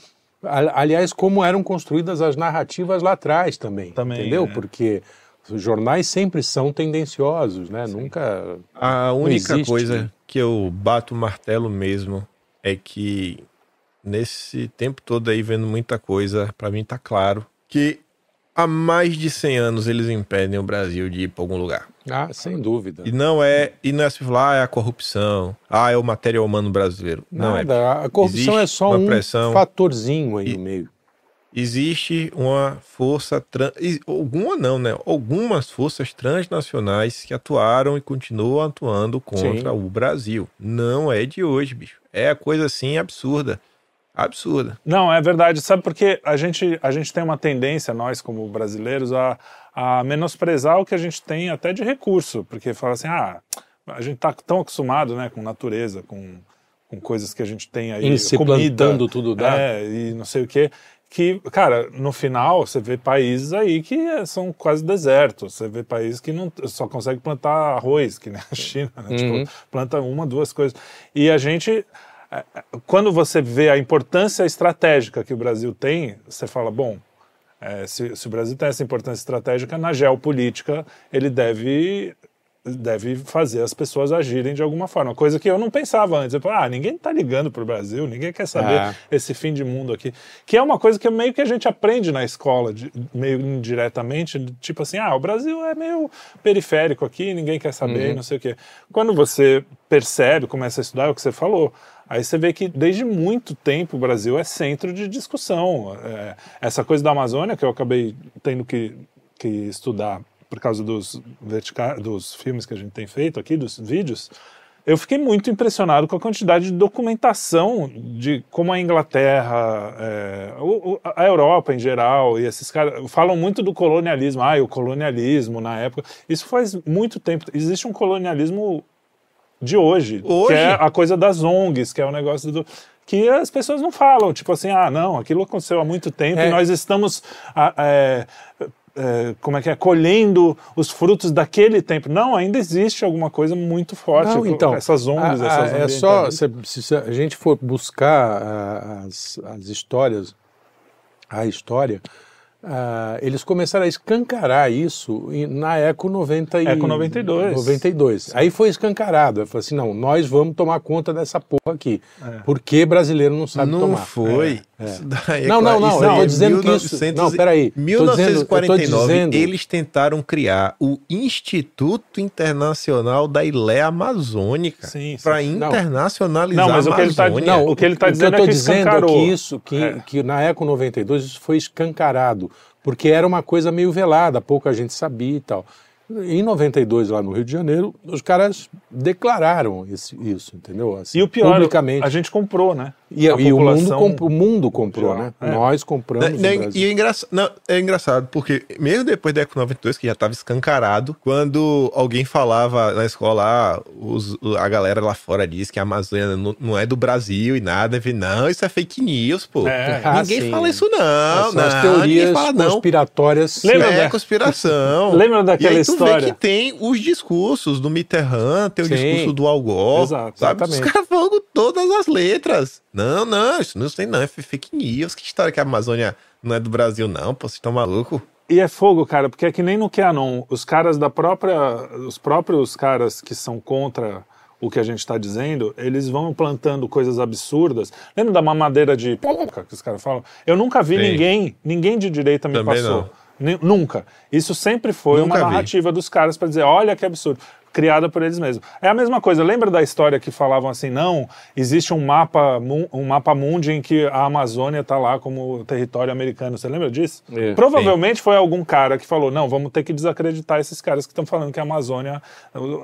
[SPEAKER 2] a- aliás, como eram construídas as narrativas lá atrás também,
[SPEAKER 3] Também,
[SPEAKER 2] entendeu?
[SPEAKER 3] é.
[SPEAKER 2] Porque os jornais sempre são tendenciosos, né? Nunca
[SPEAKER 1] A única
[SPEAKER 2] existe,
[SPEAKER 1] coisa
[SPEAKER 2] né?
[SPEAKER 1] que eu bato o martelo mesmo é que nesse tempo todo aí vendo muita coisa, pra mim tá claro que há mais de 100 anos eles impedem o Brasil de ir pra algum lugar.
[SPEAKER 2] Ah, sem dúvida.
[SPEAKER 1] É E não é, e não é assim, falar, ah, é a corrupção, ah, é o material humano brasileiro. Não é.
[SPEAKER 2] Nada. A corrupção
[SPEAKER 1] Existe
[SPEAKER 2] é só
[SPEAKER 1] uma
[SPEAKER 2] um
[SPEAKER 1] pressão.
[SPEAKER 2] fatorzinho aí
[SPEAKER 1] E-
[SPEAKER 2] no meio.
[SPEAKER 1] Existe uma força trans, e- alguma não, né? Algumas forças transnacionais que atuaram e continuam atuando contra o Brasil. Não é de hoje, bicho. É a coisa assim absurda. Absurda.
[SPEAKER 3] Não, é verdade. Sabe por quê? A gente, a gente tem uma tendência, nós como brasileiros, a, a menosprezar o que a gente tem até de recurso. Porque fala assim, ah, a gente tá tão acostumado né, com natureza, com, com coisas que a gente tem aí.
[SPEAKER 2] Em se plantando tudo né?" dá.
[SPEAKER 3] É, e não sei o quê. Que, cara, no final você vê países aí que eh, são quase desertos. Você vê países que não só consegue plantar arroz, que nem a China, né? Tipo, planta uma, duas coisas. E a gente é, é, quando você vê a importância estratégica que o Brasil tem, você fala, bom, é, se, se o Brasil tem essa importância estratégica, na geopolítica ele deve deve fazer as pessoas agirem de alguma forma. Coisa que eu não pensava antes. Eu falava, ah, ninguém tá ligando pro Brasil, ninguém quer saber
[SPEAKER 2] Ah.
[SPEAKER 3] esse fim de mundo aqui. Que é uma coisa que meio que a gente aprende na escola, de- meio indiretamente, tipo assim, ah, o Brasil é meio periférico aqui, ninguém quer saber, não sei o quê. Quando você percebe, começa a estudar, é o que você falou. Aí você vê que desde muito tempo o Brasil é centro de discussão. É, essa coisa da Amazônia, que eu acabei tendo que, que estudar por causa dos, vertica- dos filmes que a gente tem feito aqui, dos vídeos, eu fiquei muito impressionado com a quantidade de documentação de como a Inglaterra, é, o- o- a Europa em geral, e esses caras falam muito do colonialismo. Ah, e o colonialismo na época. Isso faz muito tempo. Existe um colonialismo de hoje,
[SPEAKER 1] Hoje?
[SPEAKER 3] que é a coisa das ONGs, que é o negócio do. Que as pessoas não falam, tipo assim, ah, não, aquilo aconteceu há muito tempo
[SPEAKER 2] É.
[SPEAKER 3] e nós estamos. ah, é, é, como é que é? Colhendo os frutos daquele tempo. Não, ainda existe alguma coisa muito forte.
[SPEAKER 2] Não, então,
[SPEAKER 3] essas ONGs,
[SPEAKER 2] a- a-
[SPEAKER 3] essas
[SPEAKER 2] é só
[SPEAKER 3] ambientalistas.
[SPEAKER 2] se, se- se a gente for buscar ah, as, as histórias, a história, ah, eles começaram a escancarar isso em- na Eco 90 e-
[SPEAKER 3] Eco 92.
[SPEAKER 2] 92. Aí foi escancarado. Aí falou assim, não, nós vamos tomar conta dessa porra aqui, porque brasileiro não sabe
[SPEAKER 1] É. não
[SPEAKER 2] tomar.
[SPEAKER 1] foi.
[SPEAKER 2] É, é.
[SPEAKER 1] Isso daí é
[SPEAKER 2] Não, não,
[SPEAKER 1] claro.
[SPEAKER 2] não,
[SPEAKER 1] Isso
[SPEAKER 2] eu tô
[SPEAKER 1] aí é
[SPEAKER 2] dizendo que isso-
[SPEAKER 1] 1900
[SPEAKER 2] não, peraí, tô dizendo- eu tô
[SPEAKER 1] 1949,
[SPEAKER 2] dizendo-
[SPEAKER 1] eles tentaram criar o Instituto Internacional da Ilha Amazônica
[SPEAKER 3] Sim, sim.
[SPEAKER 1] para
[SPEAKER 2] Não.
[SPEAKER 1] internacionalizar
[SPEAKER 3] Não, mas o que ele tá
[SPEAKER 1] Amazônia.
[SPEAKER 3] dizendo- o que ele tá dizendo
[SPEAKER 2] eu
[SPEAKER 3] é
[SPEAKER 2] tô
[SPEAKER 3] que
[SPEAKER 2] dizendo
[SPEAKER 3] escancarou.
[SPEAKER 2] que isso, que,
[SPEAKER 3] É.
[SPEAKER 2] que na Eco 92 isso foi escancarado, porque era uma coisa meio velada, pouca gente sabia e tal. Em 92, lá no Rio de Janeiro, os caras declararam esse- isso, entendeu? Assim,
[SPEAKER 3] E o pior,
[SPEAKER 2] publicamente.
[SPEAKER 3] a gente comprou, né?
[SPEAKER 2] E,
[SPEAKER 3] A
[SPEAKER 2] e o, mundo
[SPEAKER 3] população-
[SPEAKER 2] comp- o mundo comprou,
[SPEAKER 3] Já,
[SPEAKER 2] né?
[SPEAKER 3] é.
[SPEAKER 2] Nós
[SPEAKER 1] Né,
[SPEAKER 2] compramos.
[SPEAKER 1] né,
[SPEAKER 2] o Brasil.
[SPEAKER 1] e é, engraça- não, é engraçado, porque mesmo depois da Eco 92, que já estava escancarado, quando alguém falava na escola, ah, os- a galera lá fora diz que a Amazônia não, não é do Brasil e nada, eu vi, não, isso é fake news, pô.
[SPEAKER 3] É.
[SPEAKER 2] Ah,
[SPEAKER 1] ninguém
[SPEAKER 2] sim.
[SPEAKER 1] fala isso não,
[SPEAKER 2] São
[SPEAKER 1] não,
[SPEAKER 2] as
[SPEAKER 1] ninguém
[SPEAKER 2] teorias
[SPEAKER 1] fala não.
[SPEAKER 2] conspiratórias.
[SPEAKER 3] Lembra né?
[SPEAKER 1] é
[SPEAKER 3] da-
[SPEAKER 1] conspiração.
[SPEAKER 3] Lembra daquela
[SPEAKER 1] e aí tu vê
[SPEAKER 3] história?
[SPEAKER 1] que tem os discursos do Mitterrand, tem o
[SPEAKER 2] Sim.
[SPEAKER 1] discurso do Al Gore,
[SPEAKER 3] Exato,
[SPEAKER 1] sabe? Os
[SPEAKER 2] exatamente.
[SPEAKER 1] caras falam com todas as letras. Não, não, isso não sei não, é fake news. Que história que a Amazônia não é do Brasil não, pô, vocês estão maluco?
[SPEAKER 3] E é fogo, cara, porque é que nem no QAnon, os caras da própria, os próprios caras que são contra o que a gente está dizendo, eles vão plantando coisas absurdas. Lembra da mamadeira de piroca que os caras falam? Eu nunca vi
[SPEAKER 1] Sim.
[SPEAKER 3] ninguém, ninguém de direita me
[SPEAKER 1] Também
[SPEAKER 3] passou.
[SPEAKER 1] não.
[SPEAKER 3] Ni- Nunca. Isso sempre foi
[SPEAKER 1] Nunca
[SPEAKER 3] uma
[SPEAKER 1] vi.
[SPEAKER 3] narrativa dos caras para dizer, olha que absurdo. Criada por eles mesmos. É a mesma coisa. Lembra da história que falavam assim, não, existe um mapa, mun- um mapa mundi em que a Amazônia está lá como território americano. Você lembra disso?
[SPEAKER 2] É.
[SPEAKER 3] Provavelmente foi algum cara que falou, não, vamos ter que desacreditar esses caras que estão falando que a Amazônia,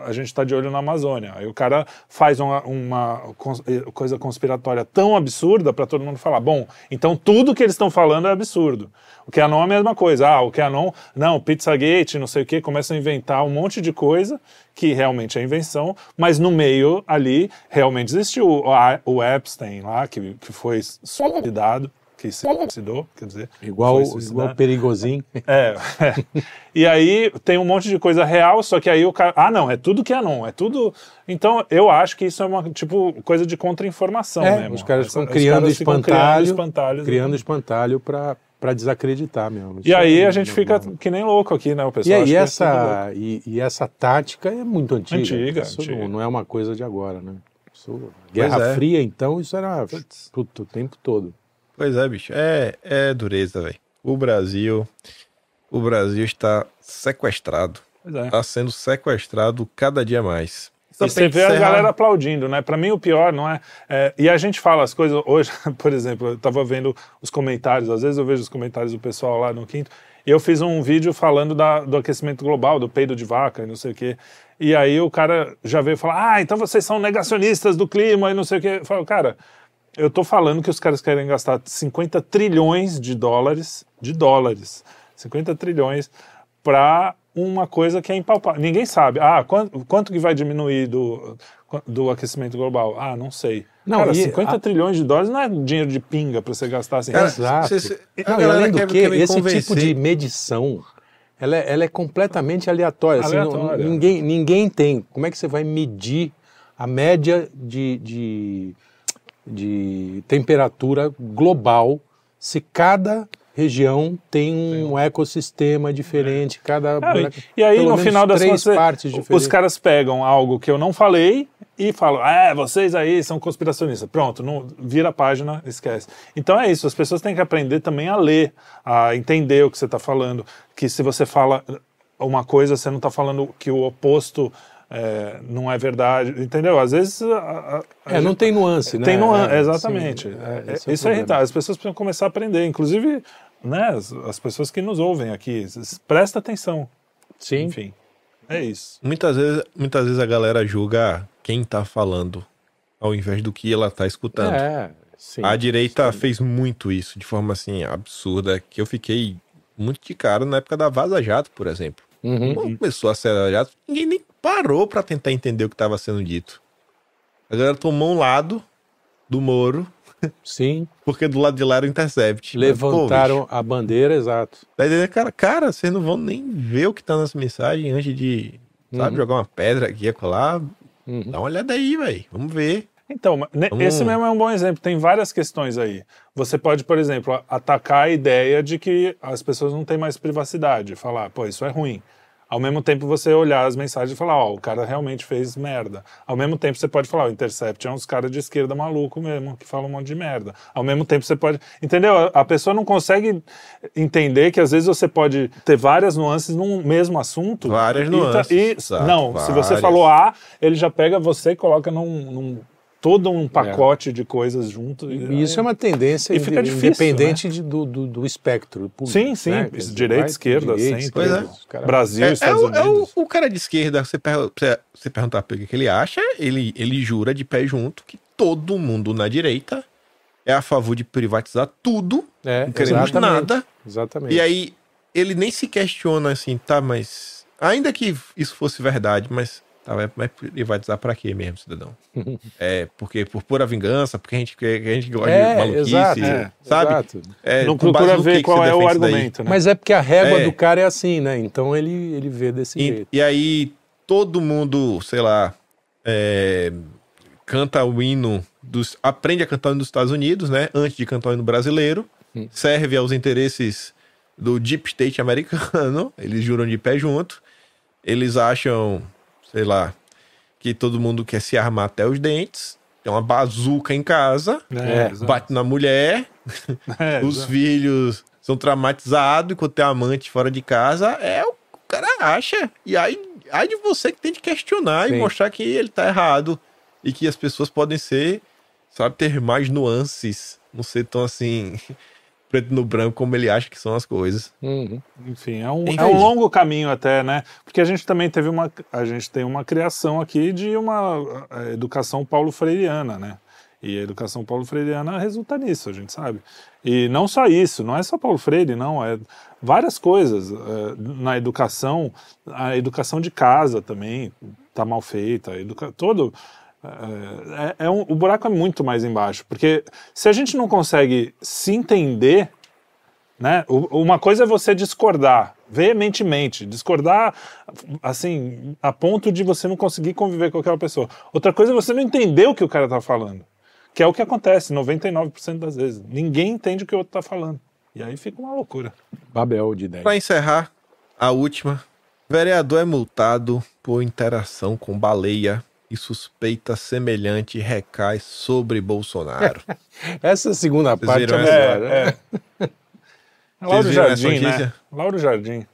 [SPEAKER 3] a gente está de olho na Amazônia. Aí o cara faz uma, uma cons- eh, coisa conspiratória tão absurda para todo mundo falar, bom, então tudo que eles estão falando é absurdo. O QAnon é a mesma coisa. Ah, o QAnon, não, Pizzagate, não sei o quê, começam a inventar um monte de coisa que realmente é invenção, mas no meio ali realmente existiu o, a- o Epstein lá, que, que foi suicidado, que se suicidou, quer dizer.
[SPEAKER 2] Igual,
[SPEAKER 3] foi
[SPEAKER 2] igual
[SPEAKER 3] né? suicidado.
[SPEAKER 2] perigosinho.
[SPEAKER 3] É, é. E aí tem um monte de coisa real, só que aí o cara. Ah, não, é tudo que é não, é tudo. Então eu acho que isso é uma tipo coisa de contra-informação
[SPEAKER 2] É,
[SPEAKER 3] mesmo.
[SPEAKER 2] os caras ficam
[SPEAKER 3] Essa- os
[SPEAKER 2] criando
[SPEAKER 3] caras ficam criando
[SPEAKER 2] espantalho,
[SPEAKER 3] espantalhos. né?
[SPEAKER 2] criando espantalho para desacreditar mesmo.
[SPEAKER 3] E
[SPEAKER 2] Isso
[SPEAKER 3] aí
[SPEAKER 2] é
[SPEAKER 3] a gente
[SPEAKER 2] normal.
[SPEAKER 3] fica que nem louco aqui, né, o
[SPEAKER 2] E,
[SPEAKER 3] pessoal?
[SPEAKER 2] aí
[SPEAKER 3] acha que é tudo louco.
[SPEAKER 2] essa, e, e essa tática é muito antiga.
[SPEAKER 3] Antiga,
[SPEAKER 2] isso
[SPEAKER 3] antiga.
[SPEAKER 2] Não, não é uma coisa de agora, né? Isso- Guerra
[SPEAKER 1] é.
[SPEAKER 2] Fria, então, isso era puto, o tempo todo.
[SPEAKER 1] Pois é, bicho, é, é dureza, velho. O Brasil, o Brasil está sequestrado,
[SPEAKER 3] Pois é.
[SPEAKER 1] está sendo sequestrado cada dia mais. Só
[SPEAKER 3] E você
[SPEAKER 1] tem que
[SPEAKER 3] vê a
[SPEAKER 1] encerrar-
[SPEAKER 3] galera aplaudindo, né? Pra mim o pior não é, é, E a gente fala as coisas hoje, por exemplo, eu tava vendo os comentários, às vezes eu vejo os comentários do pessoal lá no quinto, e eu fiz um vídeo falando da- do aquecimento global, do peido de vaca e não sei o quê. E aí o cara já veio falar: ah, então vocês são negacionistas do clima e não sei o quê. Eu falo, cara. Eu tô falando que os caras querem gastar 50 trilhões de dólares, de dólares, 50 trilhões para uma coisa que é impalpável. Ninguém sabe. Ah, quan- quanto, que vai diminuir do, do aquecimento global? Ah, não sei.
[SPEAKER 2] Não,
[SPEAKER 3] Cara,
[SPEAKER 2] e
[SPEAKER 3] 50
[SPEAKER 2] a-
[SPEAKER 3] trilhões de dólares não é dinheiro de pinga para você gastar assim.
[SPEAKER 1] Cara,
[SPEAKER 2] Exato.
[SPEAKER 1] cê- cê- a
[SPEAKER 2] Não, e
[SPEAKER 1] galera
[SPEAKER 2] além do
[SPEAKER 1] quer-
[SPEAKER 2] que,
[SPEAKER 1] quer me
[SPEAKER 2] esse
[SPEAKER 1] convencer.
[SPEAKER 2] tipo de medição, ela é, ela é completamente aleatória. assim, não-
[SPEAKER 3] Aleatória.
[SPEAKER 2] ninguém, ninguém tem. Como é que você vai medir a média de, de, de temperatura global se cada região tem um ecossistema diferente, cada
[SPEAKER 3] É. Cara,
[SPEAKER 2] buraco-
[SPEAKER 3] e, e aí,
[SPEAKER 2] pelo
[SPEAKER 3] no
[SPEAKER 2] menos
[SPEAKER 3] final das
[SPEAKER 2] três
[SPEAKER 3] contas,
[SPEAKER 2] partes
[SPEAKER 3] os
[SPEAKER 2] diferentes.
[SPEAKER 3] caras pegam algo que eu não falei e falam, é, vocês aí são conspiracionistas. Pronto, não, vira a página, esquece. Então é isso, as pessoas têm que aprender também a ler, a entender o que você está falando. Que se você fala uma coisa, você não está falando que o oposto é, não é verdade, entendeu? Às vezes... a- A, a
[SPEAKER 2] É, não tem nuance, né?
[SPEAKER 3] tem no,
[SPEAKER 2] É,
[SPEAKER 3] exatamente.
[SPEAKER 2] sim,
[SPEAKER 3] É,
[SPEAKER 2] esse o
[SPEAKER 3] isso é
[SPEAKER 2] problema.
[SPEAKER 3] irritar. As pessoas precisam começar a aprender. Inclusive, né, as, as pessoas que nos ouvem aqui, s- presta atenção.
[SPEAKER 2] Sim.
[SPEAKER 3] Enfim, é isso.
[SPEAKER 1] Muitas vezes, muitas vezes a galera julga quem tá falando ao invés do que ela tá escutando.
[SPEAKER 2] É, sim.
[SPEAKER 1] a direita fez muito isso de forma assim absurda que eu fiquei muito de cara na época da Vaza Jato, por exemplo.
[SPEAKER 2] Uhum.
[SPEAKER 1] Quando começou a ser Vaza Jato, ninguém nem parou pra tentar entender o que tava sendo dito. A galera tomou um lado do Moro,
[SPEAKER 2] Sim,
[SPEAKER 1] porque do lado de lá era o Intercept. Mas, pô,
[SPEAKER 2] levantaram a bandeira, exato.
[SPEAKER 1] Daí, daí, cara, cara, vocês não vão nem ver o que tá nessa mensagem antes de, sabe, jogar uma pedra aqui e colar.
[SPEAKER 2] Uhum.
[SPEAKER 1] Dá uma olhada aí, velho. Vamos ver.
[SPEAKER 3] Então, ma- ne-
[SPEAKER 1] Hum.
[SPEAKER 3] esse mesmo é um bom exemplo. Tem várias questões aí. Você pode, por exemplo, a- atacar a ideia de que as pessoas não têm mais privacidade. Falar, pô, isso é ruim. Ao mesmo tempo, você olhar as mensagens e falar, ó, o cara realmente fez merda. Ao mesmo tempo, você pode falar, o Intercept é uns caras de esquerda maluco mesmo, que falam um monte de merda. Ao mesmo tempo, você pode. Entendeu? A- A pessoa não consegue entender que às vezes você pode ter várias nuances num mesmo assunto.
[SPEAKER 1] Várias
[SPEAKER 3] E tá-
[SPEAKER 1] nuances,
[SPEAKER 3] e-
[SPEAKER 1] exato,
[SPEAKER 3] não, se você
[SPEAKER 1] várias.
[SPEAKER 3] falou A, ele já pega você e coloca num, num- todo
[SPEAKER 1] É.
[SPEAKER 3] um pacote de coisas junto.
[SPEAKER 2] E né? isso é uma tendência
[SPEAKER 3] E fica
[SPEAKER 2] inde-
[SPEAKER 3] difícil,
[SPEAKER 2] independente de- do, do, do espectro político.
[SPEAKER 3] Sim, sim,
[SPEAKER 2] né? Quer
[SPEAKER 3] isso,
[SPEAKER 2] dizer,
[SPEAKER 3] direita,
[SPEAKER 2] vai-
[SPEAKER 3] esquerda,
[SPEAKER 2] direita,
[SPEAKER 3] centro,
[SPEAKER 2] esquerda,
[SPEAKER 1] pois
[SPEAKER 2] os caras-
[SPEAKER 3] Brasil,
[SPEAKER 1] É, é
[SPEAKER 3] Estados
[SPEAKER 1] o, é o-
[SPEAKER 3] Unidos.
[SPEAKER 1] o cara de esquerda, você, per- você- você perguntar pra ele o que ele acha, ele, ele jura de pé junto que todo mundo na direita é a favor de privatizar tudo,
[SPEAKER 2] É,
[SPEAKER 1] não queremos
[SPEAKER 2] exatamente,
[SPEAKER 1] nada.
[SPEAKER 2] Exatamente.
[SPEAKER 1] E aí ele nem se questiona assim, tá, mas ainda que isso fosse verdade, mas tá, vai, vai privatizar pra quê mesmo, cidadão? é, porque por pura vingança, porque a gente, que a gente gosta de
[SPEAKER 2] é,
[SPEAKER 1] maluquice,
[SPEAKER 2] exato,
[SPEAKER 1] sabe?
[SPEAKER 2] exato.
[SPEAKER 1] É,
[SPEAKER 3] não
[SPEAKER 1] com base
[SPEAKER 3] procura
[SPEAKER 1] no
[SPEAKER 3] ver
[SPEAKER 1] que que
[SPEAKER 3] qual
[SPEAKER 1] você
[SPEAKER 3] é o
[SPEAKER 1] defende isso daí.
[SPEAKER 3] argumento, né?
[SPEAKER 2] Mas é porque a régua
[SPEAKER 1] É.
[SPEAKER 2] do cara é assim, né? Então ele, ele vê desse
[SPEAKER 1] E,
[SPEAKER 2] jeito.
[SPEAKER 1] e aí todo mundo, sei lá, é, canta o hino dos. Aprende a cantar o hino dos Estados Unidos, né? Antes de cantar o hino brasileiro. Serve aos interesses do Deep State americano. Eles juram de pé junto. Eles acham, sei lá, que todo mundo quer se armar até os dentes. Tem uma bazuca em casa.
[SPEAKER 2] É,
[SPEAKER 3] exato.
[SPEAKER 1] Bate na mulher.
[SPEAKER 3] É,
[SPEAKER 1] Os
[SPEAKER 3] exato.
[SPEAKER 1] filhos são traumatizados enquanto tem amante fora de casa. É o que o cara acha. E aí, aí de você que tem de questionar
[SPEAKER 2] Sim.
[SPEAKER 1] e mostrar que ele tá errado. E que as pessoas podem ser, sabe, ter mais nuances. Não ser tão assim, preto no branco, como ele acha que são as coisas.
[SPEAKER 2] Uhum.
[SPEAKER 3] Enfim, é um,
[SPEAKER 1] Enfim.
[SPEAKER 3] é um longo caminho até, né? Porque a gente também teve uma. A gente tem uma criação aqui de uma eh, educação paulo freireana, né? E a educação paulo freireana resulta nisso, a gente sabe. E não só isso, não é só Paulo Freire, não, é várias coisas. eh, na educação, a educação de casa também está mal feita, a educa todo. eh, é- é um- o buraco é muito mais embaixo, porque se a gente não consegue se entender, né? U- Uma coisa é você discordar veementemente, discordar assim a ponto de você não conseguir conviver com aquela pessoa. Outra coisa é você não entender o que o cara tá falando, que é o que acontece 99% das vezes. Ninguém entende o que o outro tá falando. E aí fica uma loucura.
[SPEAKER 2] Babel de ideia.
[SPEAKER 1] Pra encerrar, a última. Vereador é multado por interação com baleia e suspeita semelhante recai sobre Bolsonaro.
[SPEAKER 2] Essa segunda
[SPEAKER 1] Vocês
[SPEAKER 2] parte é
[SPEAKER 1] viram essa?
[SPEAKER 2] melhor. né?
[SPEAKER 3] É Lauro
[SPEAKER 1] viram essa
[SPEAKER 3] Jardim, né?
[SPEAKER 1] notícia?
[SPEAKER 3] Lauro Jardim.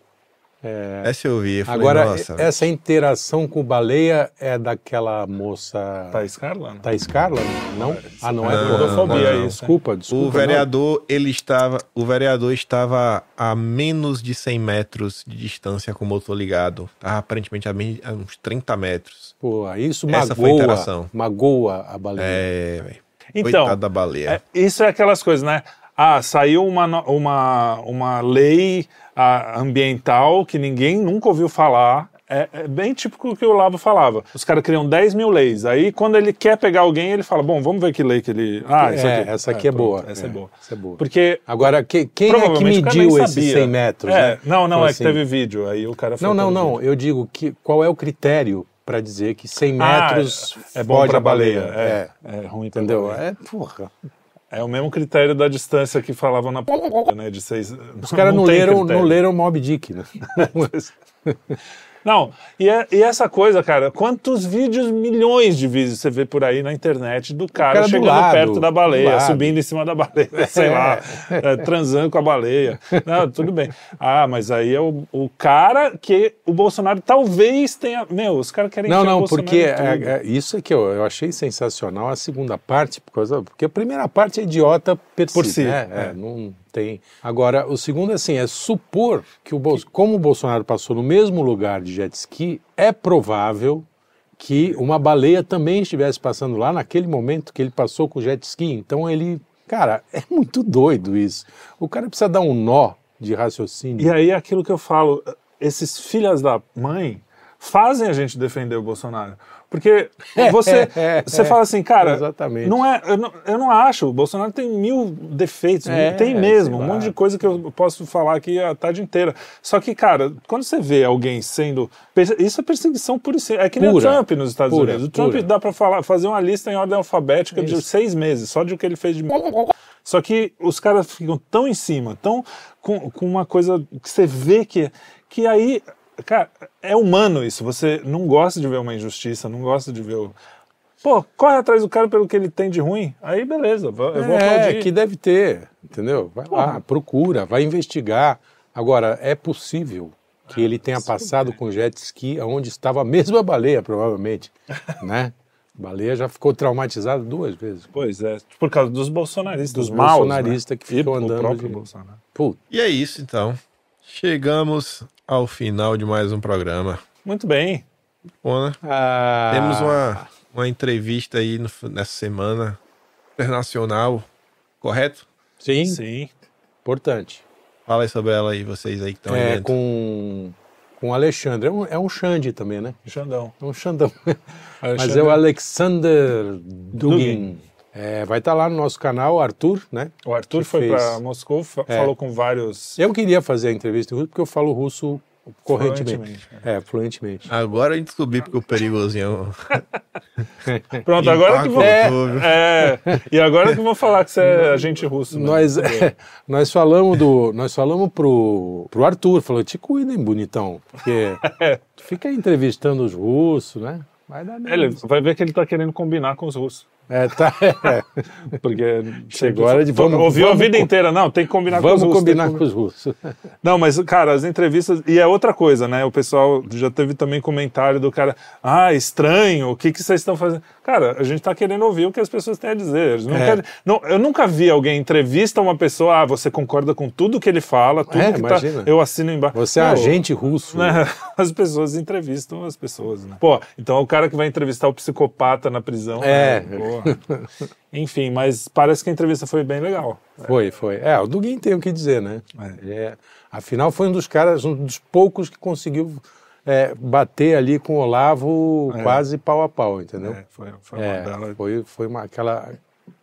[SPEAKER 1] Essa eu vi. eu falei,
[SPEAKER 2] É. Agora, é,
[SPEAKER 1] nossa,
[SPEAKER 2] essa interação com baleia é daquela moça.
[SPEAKER 3] Thaís Carla, né?
[SPEAKER 2] Thaís Carla? Não? Ah, não é?
[SPEAKER 1] Tá Não,
[SPEAKER 2] Gordofobia,
[SPEAKER 1] não, não.
[SPEAKER 2] Desculpa, desculpa.
[SPEAKER 1] O vereador, ele estava, o vereador estava a menos de 100 metros de distância com o motor ligado. Tava aparentemente a, men- a uns 30 metros.
[SPEAKER 2] não. Pô, aí isso
[SPEAKER 1] Essa foi a
[SPEAKER 2] magoa,
[SPEAKER 1] interação.
[SPEAKER 2] magoa a baleia.
[SPEAKER 1] É, velho.
[SPEAKER 3] Então,
[SPEAKER 1] Coitado da baleia.
[SPEAKER 3] É, isso é aquelas coisas, né? Ah, saiu uma, no- uma, uma lei ah, ambiental que ninguém nunca ouviu falar. É, é bem típico o que o Lavo falava. Os caras criam 10 mil leis. Aí, quando ele quer pegar alguém, ele fala: Bom, vamos ver que lei que ele. Ah, isso
[SPEAKER 2] É,
[SPEAKER 3] aqui.
[SPEAKER 2] essa aqui é,
[SPEAKER 3] pronto,
[SPEAKER 2] boa.
[SPEAKER 3] Essa é, boa.
[SPEAKER 2] Essa é boa.
[SPEAKER 3] Porque.
[SPEAKER 2] Agora, que- quem é que
[SPEAKER 3] provavelmente o cara nem
[SPEAKER 2] mediu esses
[SPEAKER 3] sabia.
[SPEAKER 2] 100 metros?
[SPEAKER 3] É,
[SPEAKER 2] né?
[SPEAKER 3] Não, não,
[SPEAKER 2] Foi
[SPEAKER 3] é
[SPEAKER 2] assim.
[SPEAKER 3] que teve vídeo. Aí o cara foi
[SPEAKER 2] Não, não,
[SPEAKER 3] pelo
[SPEAKER 2] não.
[SPEAKER 3] vídeo.
[SPEAKER 2] Eu digo que qual é o critério para dizer que 100
[SPEAKER 3] Ah,
[SPEAKER 2] metros
[SPEAKER 3] é, é bom
[SPEAKER 2] pode
[SPEAKER 3] pra
[SPEAKER 2] a baleia?
[SPEAKER 3] baleia. É, é ruim pra
[SPEAKER 2] Entendeu?
[SPEAKER 3] baleia.
[SPEAKER 2] É, porra.
[SPEAKER 3] É o mesmo critério da distância que falavam na p, né? De seis.
[SPEAKER 2] Os caras não, leram, não leram Mob Dick, né?
[SPEAKER 3] Não, e, é- e essa coisa, cara, quantos vídeos, milhões de vídeos você vê por aí na internet do cara,
[SPEAKER 2] cara do
[SPEAKER 3] chegando
[SPEAKER 2] lado,
[SPEAKER 3] perto da
[SPEAKER 2] do
[SPEAKER 3] baleia,
[SPEAKER 2] lado.
[SPEAKER 3] subindo em cima da baleia, sei lá, é, transando com a baleia. Não, tudo bem. Ah, mas aí é o, o cara que o Bolsonaro talvez tenha. Meu, os caras querem
[SPEAKER 2] Não,
[SPEAKER 3] enfiar o
[SPEAKER 2] não,
[SPEAKER 3] Bolsonaro
[SPEAKER 2] porque
[SPEAKER 3] em tudo.
[SPEAKER 2] é, é, isso é que eu, eu achei sensacional a segunda parte, por causa, porque a primeira parte é idiota per
[SPEAKER 3] Por
[SPEAKER 2] si,
[SPEAKER 3] si,
[SPEAKER 2] né? É, não tem. Agora, o segundo assim é supor que o Bolso, como o Bolsonaro passou no mesmo lugar de jet ski, é provável que uma baleia também estivesse passando lá naquele momento que ele passou com o jet ski. Então ele, cara, é muito doido isso. O cara precisa dar um nó de raciocínio.
[SPEAKER 3] E aí é aquilo que eu falo, esses filhas da mãe fazem a gente defender o Bolsonaro. Porque você,
[SPEAKER 2] É,
[SPEAKER 3] você
[SPEAKER 2] é,
[SPEAKER 3] fala assim, cara,
[SPEAKER 2] exatamente.
[SPEAKER 3] não é, eu, não, eu não acho, o Bolsonaro tem mil defeitos,
[SPEAKER 2] É,
[SPEAKER 3] mil- tem
[SPEAKER 2] sei
[SPEAKER 3] mesmo, um
[SPEAKER 2] lá.
[SPEAKER 3] monte de coisa que eu posso falar aqui a tarde inteira. Só que, cara, quando você vê alguém sendo... perse- Isso é perseguição pura e sim- É que nem
[SPEAKER 2] Pura.
[SPEAKER 3] o Trump nos Estados
[SPEAKER 2] Pura,
[SPEAKER 3] Unidos. O Trump
[SPEAKER 2] pura.
[SPEAKER 3] dá pra falar, fazer uma lista em ordem alfabética de
[SPEAKER 2] Isso.
[SPEAKER 3] seis meses, só de o que ele fez de... Só que os caras ficam tão em cima, tão com, com uma coisa que você vê que, que aí, cara, é humano isso. Você não gosta de ver uma injustiça, não gosta de ver o. Pô, corre atrás do cara pelo que ele tem de ruim. Aí beleza, eu vou eu vou
[SPEAKER 2] é,
[SPEAKER 3] aplaudir.
[SPEAKER 2] que deve ter, entendeu? Vai lá, procura, vai investigar. Agora, é possível que ele tenha passado com jet ski aonde estava a mesma baleia, provavelmente, né? A baleia já ficou traumatizada duas vezes.
[SPEAKER 3] Pois é, por causa dos bolsonaristas, dos,
[SPEAKER 2] Dos
[SPEAKER 3] maus.
[SPEAKER 2] bolsonaristas
[SPEAKER 3] né?
[SPEAKER 2] que ficam
[SPEAKER 3] E
[SPEAKER 2] andando
[SPEAKER 3] O próprio
[SPEAKER 2] de-
[SPEAKER 3] Bolsonaro.
[SPEAKER 2] Pô,
[SPEAKER 1] E é isso, então. Chegamos ao final de mais um programa.
[SPEAKER 3] Muito bem.
[SPEAKER 1] Bom, né?
[SPEAKER 2] ah,
[SPEAKER 1] Temos uma, uma entrevista aí no- nessa semana internacional, correto?
[SPEAKER 2] Sim,
[SPEAKER 3] Sim.
[SPEAKER 2] importante.
[SPEAKER 1] Fala aí sobre ela aí, vocês aí que estão aí
[SPEAKER 2] é,
[SPEAKER 1] dentro.
[SPEAKER 2] com, com o Alexandre. É um, é um Xande também, né?
[SPEAKER 3] Xandão.
[SPEAKER 2] É um Xandão. Mas
[SPEAKER 3] Alexandre-
[SPEAKER 2] é o Alexander Dugin. É, vai estar lá no nosso canal, Arthur, né?
[SPEAKER 3] O Arthur
[SPEAKER 2] que
[SPEAKER 3] foi
[SPEAKER 2] fez.
[SPEAKER 3] para Moscou, fa-
[SPEAKER 2] É.
[SPEAKER 3] falou com vários.
[SPEAKER 2] Eu queria fazer a entrevista em russo porque eu falo russo correntemente.
[SPEAKER 3] Fluentemente,
[SPEAKER 2] É, fluentemente.
[SPEAKER 1] Agora eu descobri porque o perigosinho.
[SPEAKER 3] Pronto, agora que vão.
[SPEAKER 1] É.
[SPEAKER 3] É, e agora que vão falar que você é agente russo. né?
[SPEAKER 2] Nós, nós falamos do, nós falamos pro, pro Arthur, falou, te cuidem, bonitão, porque tu fica entrevistando os russos, né? Vai dar
[SPEAKER 3] É, Ele
[SPEAKER 2] mesmo.
[SPEAKER 3] vai ver que ele tá querendo combinar com os russos.
[SPEAKER 2] É, tá,
[SPEAKER 3] Porque
[SPEAKER 2] Chegou a hora de-
[SPEAKER 3] Foi-
[SPEAKER 2] vamos-
[SPEAKER 3] ouviu
[SPEAKER 2] vamos
[SPEAKER 3] a vida
[SPEAKER 2] co-
[SPEAKER 3] inteira, não, tem que combinar
[SPEAKER 2] Vamos
[SPEAKER 3] com os russos. tem que
[SPEAKER 2] combinar
[SPEAKER 3] combi-
[SPEAKER 2] com os russos.
[SPEAKER 3] Não, mas, cara, as entrevistas. E é outra coisa, né? O pessoal já teve também comentário do cara. Ah, estranho, o que, que vocês estão fazendo? Cara, a gente tá querendo ouvir o que as pessoas têm a dizer. Eles não
[SPEAKER 2] É.
[SPEAKER 3] querem- não, eu nunca vi alguém entrevista uma pessoa, ah, você concorda com tudo que ele fala, tudo
[SPEAKER 2] É,
[SPEAKER 3] que
[SPEAKER 2] imagina.
[SPEAKER 3] tá. Eu assino embaixo.
[SPEAKER 2] Você é
[SPEAKER 3] Não,
[SPEAKER 2] agente russo.
[SPEAKER 3] né? As pessoas entrevistam as pessoas, né? Pô, então é o cara que vai entrevistar o psicopata na prisão.
[SPEAKER 2] É.
[SPEAKER 3] né? Porra. Enfim, mas parece que a entrevista foi bem legal.
[SPEAKER 2] Foi, foi. É, o Dugin tem o que dizer, né? Ele é- afinal, foi um dos caras, um dos poucos que conseguiu é, bater ali com o Olavo quase pau a pau, entendeu?
[SPEAKER 3] É, foi, foi uma
[SPEAKER 2] É,
[SPEAKER 3] bela.
[SPEAKER 2] foi, foi uma, aquela.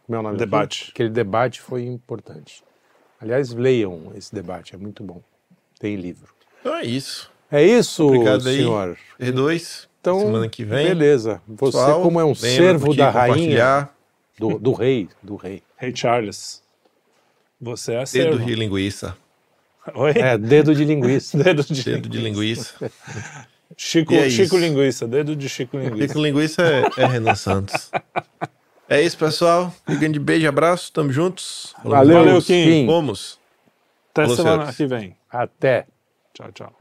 [SPEAKER 2] Como é o nome
[SPEAKER 3] Debate.
[SPEAKER 2] daquilo? Aquele debate foi importante. Aliás, leiam esse debate, é muito bom. Tem livro.
[SPEAKER 1] Então é isso.
[SPEAKER 2] É isso,
[SPEAKER 1] Obrigado aí.
[SPEAKER 2] senhor.
[SPEAKER 1] R2,
[SPEAKER 2] Então,
[SPEAKER 1] semana que vem.
[SPEAKER 2] Beleza. Você,
[SPEAKER 1] Pessoal,
[SPEAKER 2] como é um
[SPEAKER 1] lembra,
[SPEAKER 2] servo
[SPEAKER 1] curtir,
[SPEAKER 2] da rainha,
[SPEAKER 1] compartilhar.
[SPEAKER 2] do, do rei, do rei.
[SPEAKER 3] Hey Charles, você é a
[SPEAKER 1] Dedo
[SPEAKER 3] serva.
[SPEAKER 1] de linguiça.
[SPEAKER 3] Oi?
[SPEAKER 2] É, dedo de linguiça.
[SPEAKER 3] Dedo de,
[SPEAKER 1] Dedo de linguiça.
[SPEAKER 3] Chico,
[SPEAKER 1] E é
[SPEAKER 3] Chico
[SPEAKER 1] isso.
[SPEAKER 3] Linguiça, dedo de Chico Linguiça.
[SPEAKER 1] Fica linguiça é, é Renan Santos. É isso, pessoal. Um grande beijo, abraço. Tamo juntos.
[SPEAKER 2] Valeu,
[SPEAKER 3] Valeu,
[SPEAKER 2] Kim.
[SPEAKER 3] Kim.
[SPEAKER 1] Vamos.
[SPEAKER 3] Até
[SPEAKER 1] Falou,
[SPEAKER 3] semana
[SPEAKER 1] senhores.
[SPEAKER 3] que vem.
[SPEAKER 2] Até.
[SPEAKER 3] Tchau, tchau.